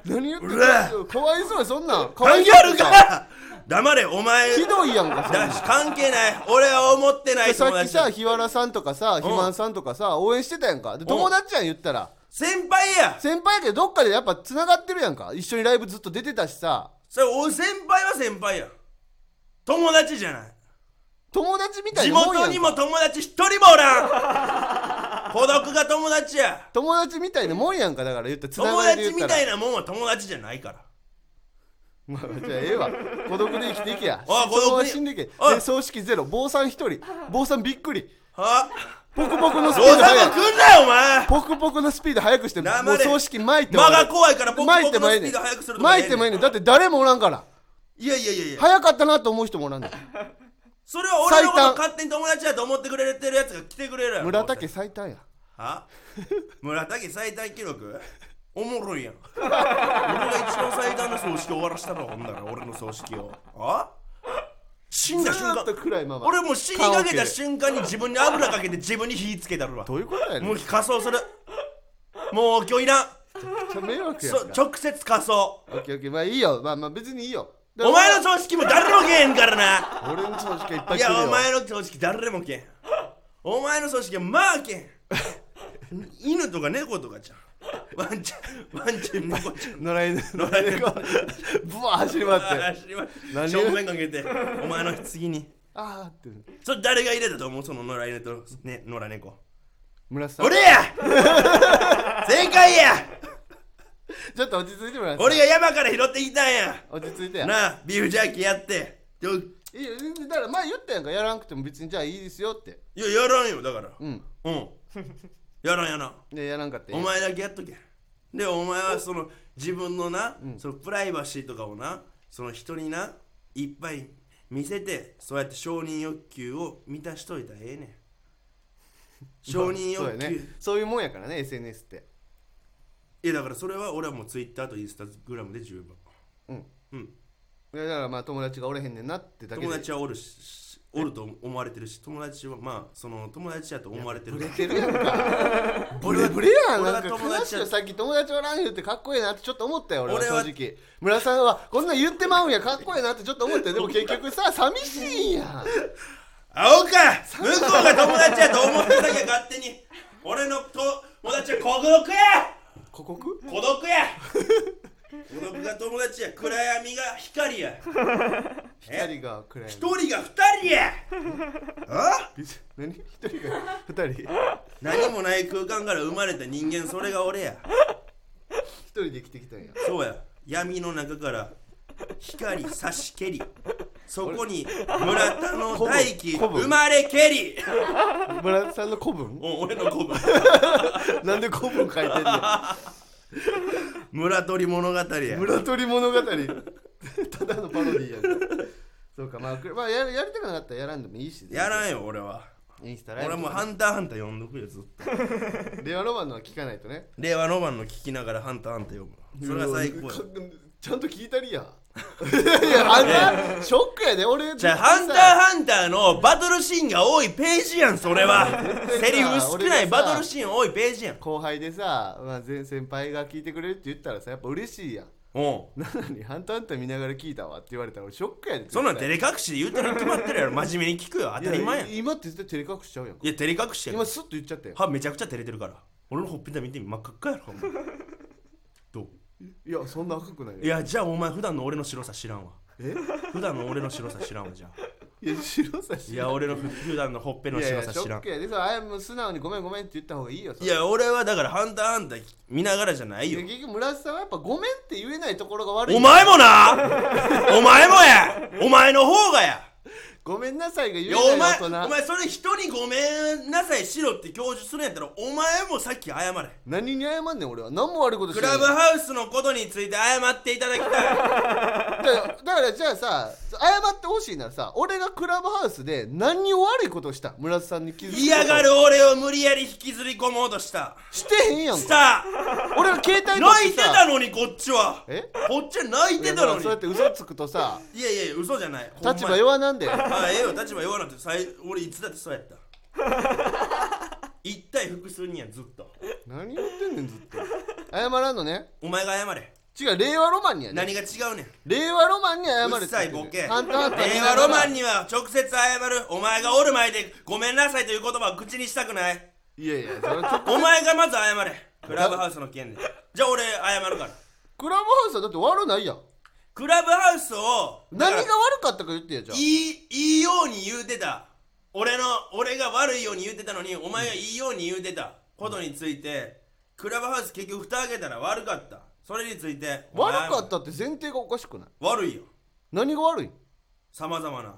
[SPEAKER 2] 何言ってん
[SPEAKER 1] うら
[SPEAKER 2] のかわいそうやそんなんかわ
[SPEAKER 1] 関
[SPEAKER 2] い
[SPEAKER 1] 係
[SPEAKER 2] そう
[SPEAKER 1] あ
[SPEAKER 2] や
[SPEAKER 1] るか 黙れお前
[SPEAKER 2] ひどいやんかそんなん
[SPEAKER 1] だし関係ない俺は思ってない
[SPEAKER 2] でさ
[SPEAKER 1] 友
[SPEAKER 2] っき
[SPEAKER 1] 達
[SPEAKER 2] さ日原さんとかさ肥満さんとかさ応援してたやんかで友達やん言ったら
[SPEAKER 1] 先輩や
[SPEAKER 2] 先輩やけどどっかでやっぱつながってるやんか一緒にライブずっと出てたしさ
[SPEAKER 1] それお先輩は先輩や友達じゃない
[SPEAKER 2] 友達みたい
[SPEAKER 1] 地
[SPEAKER 2] なもんや
[SPEAKER 1] 元
[SPEAKER 2] ん
[SPEAKER 1] に
[SPEAKER 2] か
[SPEAKER 1] も友達一人もおらん 孤独が友達や
[SPEAKER 2] 友達みたいなもんやんかだから言ったらつな
[SPEAKER 1] 友
[SPEAKER 2] がりで
[SPEAKER 1] 達
[SPEAKER 2] 言っ
[SPEAKER 1] み
[SPEAKER 2] たら
[SPEAKER 1] たいなもんは友達じゃないから
[SPEAKER 2] まあ、じゃあええわ孤独で生きていけや
[SPEAKER 1] あ孤独に
[SPEAKER 2] そのまま死んでいけ
[SPEAKER 1] おい
[SPEAKER 2] で葬式ゼロ坊さん一人坊さんびっくり
[SPEAKER 1] は
[SPEAKER 2] ポクポクのス
[SPEAKER 1] ど
[SPEAKER 2] ピ
[SPEAKER 1] う
[SPEAKER 2] ード
[SPEAKER 1] だも
[SPEAKER 2] 速い
[SPEAKER 1] 来んなよお 前
[SPEAKER 2] ポクポクのスピード速くしても
[SPEAKER 1] 黙れ
[SPEAKER 2] う葬式巻いて
[SPEAKER 1] 間が怖いからポク
[SPEAKER 2] 巻い
[SPEAKER 1] ポ
[SPEAKER 2] て
[SPEAKER 1] ク
[SPEAKER 2] も
[SPEAKER 1] の
[SPEAKER 2] ええ
[SPEAKER 1] スピ
[SPEAKER 2] ね
[SPEAKER 1] ー
[SPEAKER 2] ん
[SPEAKER 1] ド速くするとか
[SPEAKER 2] 巻いてもええねんだって誰もおらんから
[SPEAKER 1] いやいやいやいや
[SPEAKER 2] 早かったなと思う人もおらんねん
[SPEAKER 1] それは俺のこ
[SPEAKER 2] 最
[SPEAKER 1] と
[SPEAKER 2] 短
[SPEAKER 1] 勝手に友達だと思ってくれてるやつが来てくれるやろ
[SPEAKER 2] 村竹最短や
[SPEAKER 1] は村竹最短記録おもろいや ん俺が一番最短の葬式終わらしたのほんなら俺の葬式をあ死ん
[SPEAKER 2] ず
[SPEAKER 1] だ瞬
[SPEAKER 2] ーっと
[SPEAKER 1] 間
[SPEAKER 2] 暗いまま
[SPEAKER 1] 俺もう死にかけた瞬間に自分に油かけて自分に火つけたるわ
[SPEAKER 2] どういうことやねん
[SPEAKER 1] もう
[SPEAKER 2] めっ
[SPEAKER 1] 仮装するもう今日いらん
[SPEAKER 2] ちゃ迷惑やん
[SPEAKER 1] そ
[SPEAKER 2] か
[SPEAKER 1] 直接仮装
[SPEAKER 2] オッケーオッケーまあいいよまあまあ別にいいよ
[SPEAKER 1] お前の葬式も誰もけえへんからな
[SPEAKER 2] 俺の葬式はいっぱい
[SPEAKER 1] い
[SPEAKER 2] 来てるよ
[SPEAKER 1] やお前の葬式誰も けんお前の葬式はまあけん犬とか猫とかじゃんワンちゃんワンちゃん猫ちゃん
[SPEAKER 2] 野良犬
[SPEAKER 1] 野良
[SPEAKER 2] 野良
[SPEAKER 1] 猫
[SPEAKER 2] 犬ブワー走り回って
[SPEAKER 1] あ知りません
[SPEAKER 2] 何
[SPEAKER 1] 正面かけてお前の次に
[SPEAKER 2] あーって
[SPEAKER 1] それ誰が入れたと思うその野良犬と、ね、野良猫
[SPEAKER 2] 村瀬さん
[SPEAKER 1] 俺や正解や
[SPEAKER 2] ちょっと落ち着いてもらえます
[SPEAKER 1] 俺が山から拾ってきたんや
[SPEAKER 2] 落ち着いてや
[SPEAKER 1] なあビーフジャーキーやってよ
[SPEAKER 2] いいよだから前言ったやんかやらなくても別にじゃあいいですよって
[SPEAKER 1] いややらんよだから
[SPEAKER 2] うん
[SPEAKER 1] うんやらんやらん
[SPEAKER 2] でやらんかったら
[SPEAKER 1] お
[SPEAKER 2] いい
[SPEAKER 1] 前だけやっとけでお前はその自分のな、そのプライバシーとかをなその人にないっぱい見せてそうやって承認欲求を満たしといたらえ えねん承認
[SPEAKER 2] そう
[SPEAKER 1] 欲
[SPEAKER 2] や
[SPEAKER 1] 求、
[SPEAKER 2] ねそういうもんやからね SNS って
[SPEAKER 1] いやだからそれは俺はもうツイッターとインスタグラムで十分
[SPEAKER 2] うん
[SPEAKER 1] うん
[SPEAKER 2] いやだからまあ友達がおれへんねんなってだけで
[SPEAKER 1] 友達はおるししおると思われてるし友達はまあその友達やと思われてる
[SPEAKER 2] ブ
[SPEAKER 1] から
[SPEAKER 2] レてるや んかブ
[SPEAKER 1] 俺は
[SPEAKER 2] レブレやん
[SPEAKER 1] 俺
[SPEAKER 2] な
[SPEAKER 1] は
[SPEAKER 2] んか
[SPEAKER 1] 友
[SPEAKER 2] 悲し
[SPEAKER 1] 達
[SPEAKER 2] い
[SPEAKER 1] や
[SPEAKER 2] よさっき友達おらん言ってかっこいいなってちょっと思ったよ俺は
[SPEAKER 1] 俺は
[SPEAKER 2] 正直村さんはこんなん言ってまうんやかっこいいなってちょっと思ったよでも結局さ寂しいんやん
[SPEAKER 1] 青か向こうが友達やと思ってただけ勝手に俺のと友達は孤独や
[SPEAKER 2] 孤国
[SPEAKER 1] 孤独や孤独が友達や暗闇が光やえ
[SPEAKER 2] 光が暗い
[SPEAKER 1] 一人が二人や あ
[SPEAKER 2] 何一人が二人
[SPEAKER 1] 何もない空間から生まれた人間それが俺や
[SPEAKER 2] 一人で生きてきたんや
[SPEAKER 1] そうや闇の中から光差しけりそこに村田の大輝
[SPEAKER 2] 古文古文
[SPEAKER 1] 生まれけり
[SPEAKER 2] 村さんの古 文
[SPEAKER 1] お俺の子分
[SPEAKER 2] なんで古文書いてんねん
[SPEAKER 1] 村鳥物語や
[SPEAKER 2] 村鳥物語 ただのパロディーやんかそうかまあ、くまあ、ややりたくなかったらやらんでもいいし
[SPEAKER 1] やらん
[SPEAKER 2] ん
[SPEAKER 1] よ俺は
[SPEAKER 2] インスタライブ
[SPEAKER 1] 俺もうハンターハンター読んどくよずっと
[SPEAKER 2] レアロマンのは聞かないとね
[SPEAKER 1] 令和ロマンの聞きながらハンターハンター読むそれが最高や
[SPEAKER 2] かちゃんと聞いたりやいやあんなショックやで俺
[SPEAKER 1] じゃあ、ハンターハンターのバトルシーンが多いページやん、それ は。セリフ少ないバトルシーン多いページやん。
[SPEAKER 2] 後輩でさ、まあ、前先輩が聞いてくれるって言ったらさやっぱ嬉しいやん
[SPEAKER 1] うん。
[SPEAKER 2] なのに「ハンターハンター見ながら聞いたわ」って言われたら俺ショックやで
[SPEAKER 1] そんなん
[SPEAKER 2] 絶
[SPEAKER 1] 照
[SPEAKER 2] 対
[SPEAKER 1] れ隠しで言うてるに決まって るやろ。真面目に聞くよ。当たり前やん。
[SPEAKER 2] い
[SPEAKER 1] い
[SPEAKER 2] や今って絶対照れ隠しちゃうやんか
[SPEAKER 1] や、照れ隠しやん
[SPEAKER 2] 今。スッと言っちゃったよ
[SPEAKER 1] 歯めちゃくちゃ照れてるから。俺のほっぺた見てみ、真っ赤っかやろ、お 前ど
[SPEAKER 2] いやそんな赤くないうよ
[SPEAKER 1] いや、じゃあお前、普段の俺の白さ知らんわ。
[SPEAKER 2] え
[SPEAKER 1] 普段の俺の白さ知らんわ、じゃあ。
[SPEAKER 2] いや白さ
[SPEAKER 1] いや俺の普段のほっぺの
[SPEAKER 2] いや
[SPEAKER 1] 白
[SPEAKER 2] いや
[SPEAKER 1] さ
[SPEAKER 2] ショ
[SPEAKER 1] 知ら
[SPEAKER 2] ッ
[SPEAKER 1] ん
[SPEAKER 2] クやでそれあやも素直にごめんごめんって言った方がいいよそ
[SPEAKER 1] い
[SPEAKER 2] れ
[SPEAKER 1] や俺はだから「ハンターハンター」見ながらじゃないよ
[SPEAKER 2] 結局村瀬さんはやっぱごめんって言えないところが悪い
[SPEAKER 1] お前も なお前もやお前の方がや
[SPEAKER 2] ごめんなさいが言
[SPEAKER 1] い
[SPEAKER 2] え
[SPEAKER 1] やお
[SPEAKER 2] ない
[SPEAKER 1] 前
[SPEAKER 2] 大
[SPEAKER 1] お
[SPEAKER 2] 人
[SPEAKER 1] 前それ人にごめんなさいしろって教授するんやったらお前もさっき謝れ
[SPEAKER 2] 何に謝んねん俺は何も悪いことし
[SPEAKER 1] ク
[SPEAKER 2] てな
[SPEAKER 1] ラ
[SPEAKER 2] い
[SPEAKER 1] ブハウスのことについて謝っていただき たい
[SPEAKER 2] だからだからじゃあさ謝ってほしいならさ俺がクラブハウスで何を悪いことした村瀬さんに気づくこと
[SPEAKER 1] 嫌がる俺を無理やり引きずり込もうとした
[SPEAKER 2] してへんやん
[SPEAKER 1] し
[SPEAKER 2] か
[SPEAKER 1] た
[SPEAKER 2] 俺が携帯
[SPEAKER 1] 泣いてた
[SPEAKER 2] の
[SPEAKER 1] のにこっちは
[SPEAKER 2] え
[SPEAKER 1] こっちは泣いて
[SPEAKER 2] だ
[SPEAKER 1] た
[SPEAKER 2] か
[SPEAKER 1] の
[SPEAKER 2] ら
[SPEAKER 1] に
[SPEAKER 2] そうやって嘘つくとさ
[SPEAKER 1] いやいやいや嘘じゃないほんまに
[SPEAKER 2] 立場弱なんで
[SPEAKER 1] ま あええよ立場弱なんてさい俺いつだってそうやった一体複数人やずっと
[SPEAKER 2] 何言ってんねんずっと謝らんのね
[SPEAKER 1] お前が謝れ
[SPEAKER 2] 違う令和ロマンにやね
[SPEAKER 1] 何が違うねん
[SPEAKER 2] 令和ロマンに謝
[SPEAKER 1] う
[SPEAKER 2] れ
[SPEAKER 1] っさいボケ令
[SPEAKER 2] あんたあんた
[SPEAKER 1] 和ロマンには直接謝るお前がおる前でごめんなさいという言葉を口にしたくない
[SPEAKER 2] いやいやそれちょっと
[SPEAKER 1] お前がまず謝れクラブハウスの件でじゃあ俺謝るから
[SPEAKER 2] クラブハウスはだって悪ないやん
[SPEAKER 1] クラブハウスを
[SPEAKER 2] 何
[SPEAKER 1] だ
[SPEAKER 2] が悪
[SPEAKER 1] から
[SPEAKER 2] かったか言ってやじゃ
[SPEAKER 1] いいいいように言うてた俺の俺が悪いように言うてたのにお前がいいように言うてたことについてクラブハウス結局蓋開けたら悪かったそれについて
[SPEAKER 2] あ悪か
[SPEAKER 1] お
[SPEAKER 2] ったって前提がおかしくない
[SPEAKER 1] 前悪いよ
[SPEAKER 2] 何が悪いん
[SPEAKER 1] さまざまな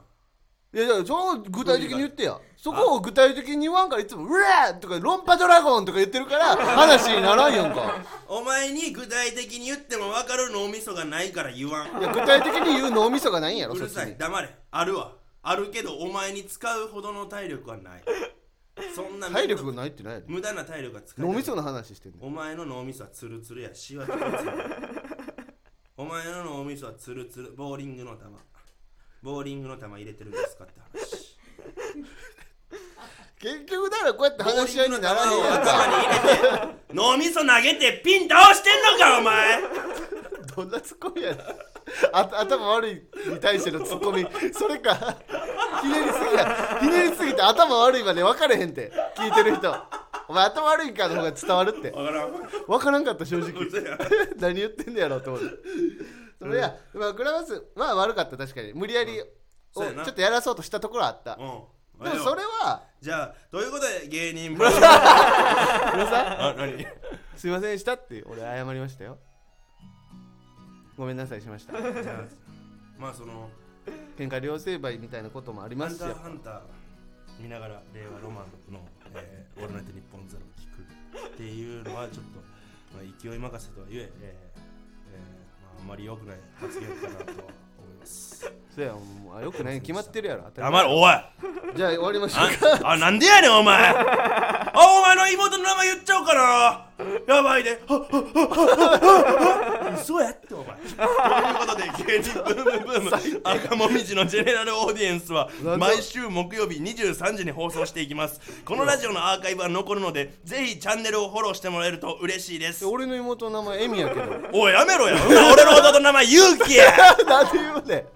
[SPEAKER 1] い
[SPEAKER 2] やいやそこを具体的に言ってやそこを具体的に言わんからいつも「うわー!」とか「論破ドラゴン!」とか言ってるから話にならんやんか
[SPEAKER 1] お前に具体的に言っても分かる脳みそがないから言わん
[SPEAKER 2] いや具体的に言う脳みそがないんやろ
[SPEAKER 1] う
[SPEAKER 2] そっ
[SPEAKER 1] る
[SPEAKER 2] ち
[SPEAKER 1] さい
[SPEAKER 2] に
[SPEAKER 1] 黙れあるわあるけどお前に使うほどの体力はないそんな
[SPEAKER 2] 体力がないってないやね
[SPEAKER 1] 無駄な体力が使えない
[SPEAKER 2] 脳みその話してんねん
[SPEAKER 1] お前の脳みそはツルツルやしわツルツルお前の脳みそはツルツルボーリングの球ボーリングの球入れてるんですかって話
[SPEAKER 2] 結局だからこうやって話し合いにならへん
[SPEAKER 1] ボーリング
[SPEAKER 2] や
[SPEAKER 1] の球
[SPEAKER 2] ん
[SPEAKER 1] を
[SPEAKER 2] か
[SPEAKER 1] 頭に入れて脳みそ投げてピン倒してんのかお前
[SPEAKER 2] どんなツッコミやねんあ頭悪いに対してのツッコミそれかひねりすぎやひねりすぎて頭悪いまで分かれへんって聞いてる人お前頭悪いんかの方が伝わるって
[SPEAKER 1] わからん
[SPEAKER 2] 分からんかった正直
[SPEAKER 1] 嘘や
[SPEAKER 2] 何言ってんのやろう と思ってそれや、まあクラブハウスまあ悪かった確かに無理やり、
[SPEAKER 1] そうや
[SPEAKER 2] ちょ
[SPEAKER 1] な
[SPEAKER 2] っとやらそうとしたところはあった、
[SPEAKER 1] うん
[SPEAKER 2] でもそれは
[SPEAKER 1] じゃあと いうことで芸人村さん
[SPEAKER 2] 皆さん
[SPEAKER 1] あ 何
[SPEAKER 2] すいませんでしたって俺謝りましたよごめんなさいし ました
[SPEAKER 1] じゃあまあその
[SPEAKER 2] 喧嘩両成敗みたいなこともあり
[SPEAKER 1] ハ
[SPEAKER 2] ま
[SPEAKER 1] ン
[SPEAKER 2] す
[SPEAKER 1] ター
[SPEAKER 2] よ
[SPEAKER 1] ハンター見ながら令和ロマンの「えー、オールナイトニッポンゼロ」を聞くっていうのはちょっと、まあ、勢い任せとは言ええーえーまあ、あんまり良くない発言かなとは思い ます
[SPEAKER 2] そうやもうあよくないに決まってるやろ当たり
[SPEAKER 1] 黙
[SPEAKER 2] 前
[SPEAKER 1] れおいあ
[SPEAKER 2] じゃあ終わりましょうか
[SPEAKER 1] あなんでやねんお前あお前の妹の名前言っちゃおうかなやばいで、はっはっはっはっはっはっは嘘やってお前ということで芸人ブームブーム赤もみじのジェネラルオーディエンスは
[SPEAKER 2] なんだ
[SPEAKER 1] 毎週木曜日23時に放送していきますこのラジオのアーカイブは残るのでぜひチャンネルをフォローしてもらえると嬉しいです
[SPEAKER 2] 俺の妹の名前エミやけ ど
[SPEAKER 1] おいやめろや俺の弟の名前勇気や
[SPEAKER 2] なんで言うね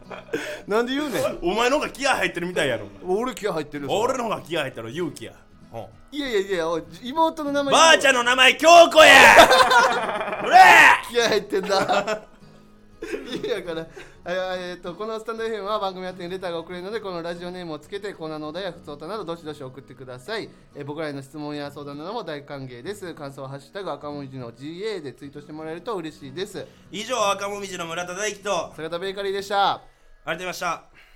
[SPEAKER 2] んなんで言うねん
[SPEAKER 1] お前の方が気合入ってるみたいやろ
[SPEAKER 2] 俺気合入ってる
[SPEAKER 1] 俺
[SPEAKER 2] の
[SPEAKER 1] の方が気合入ってる勇気やほん
[SPEAKER 2] いやいやいやおい妹の名前
[SPEAKER 1] ばあちゃん
[SPEAKER 2] ん
[SPEAKER 1] の名前京子やほれ
[SPEAKER 2] 気合入ってんだいいやからあえー、とこのスタンド FM は番組宛てにレターが送れるのでこのラジオネームをつけてコーナーのお題や普通歌などどしどし送ってください、えー僕らへの質問や相談なども大歓迎です感想は「ハッシュタグ赤文字の GA」でツイートしてもらえると嬉しいです
[SPEAKER 1] 以上赤もみじの村田大樹と
[SPEAKER 2] 坂田ベーカリーでした
[SPEAKER 1] ありがとうございました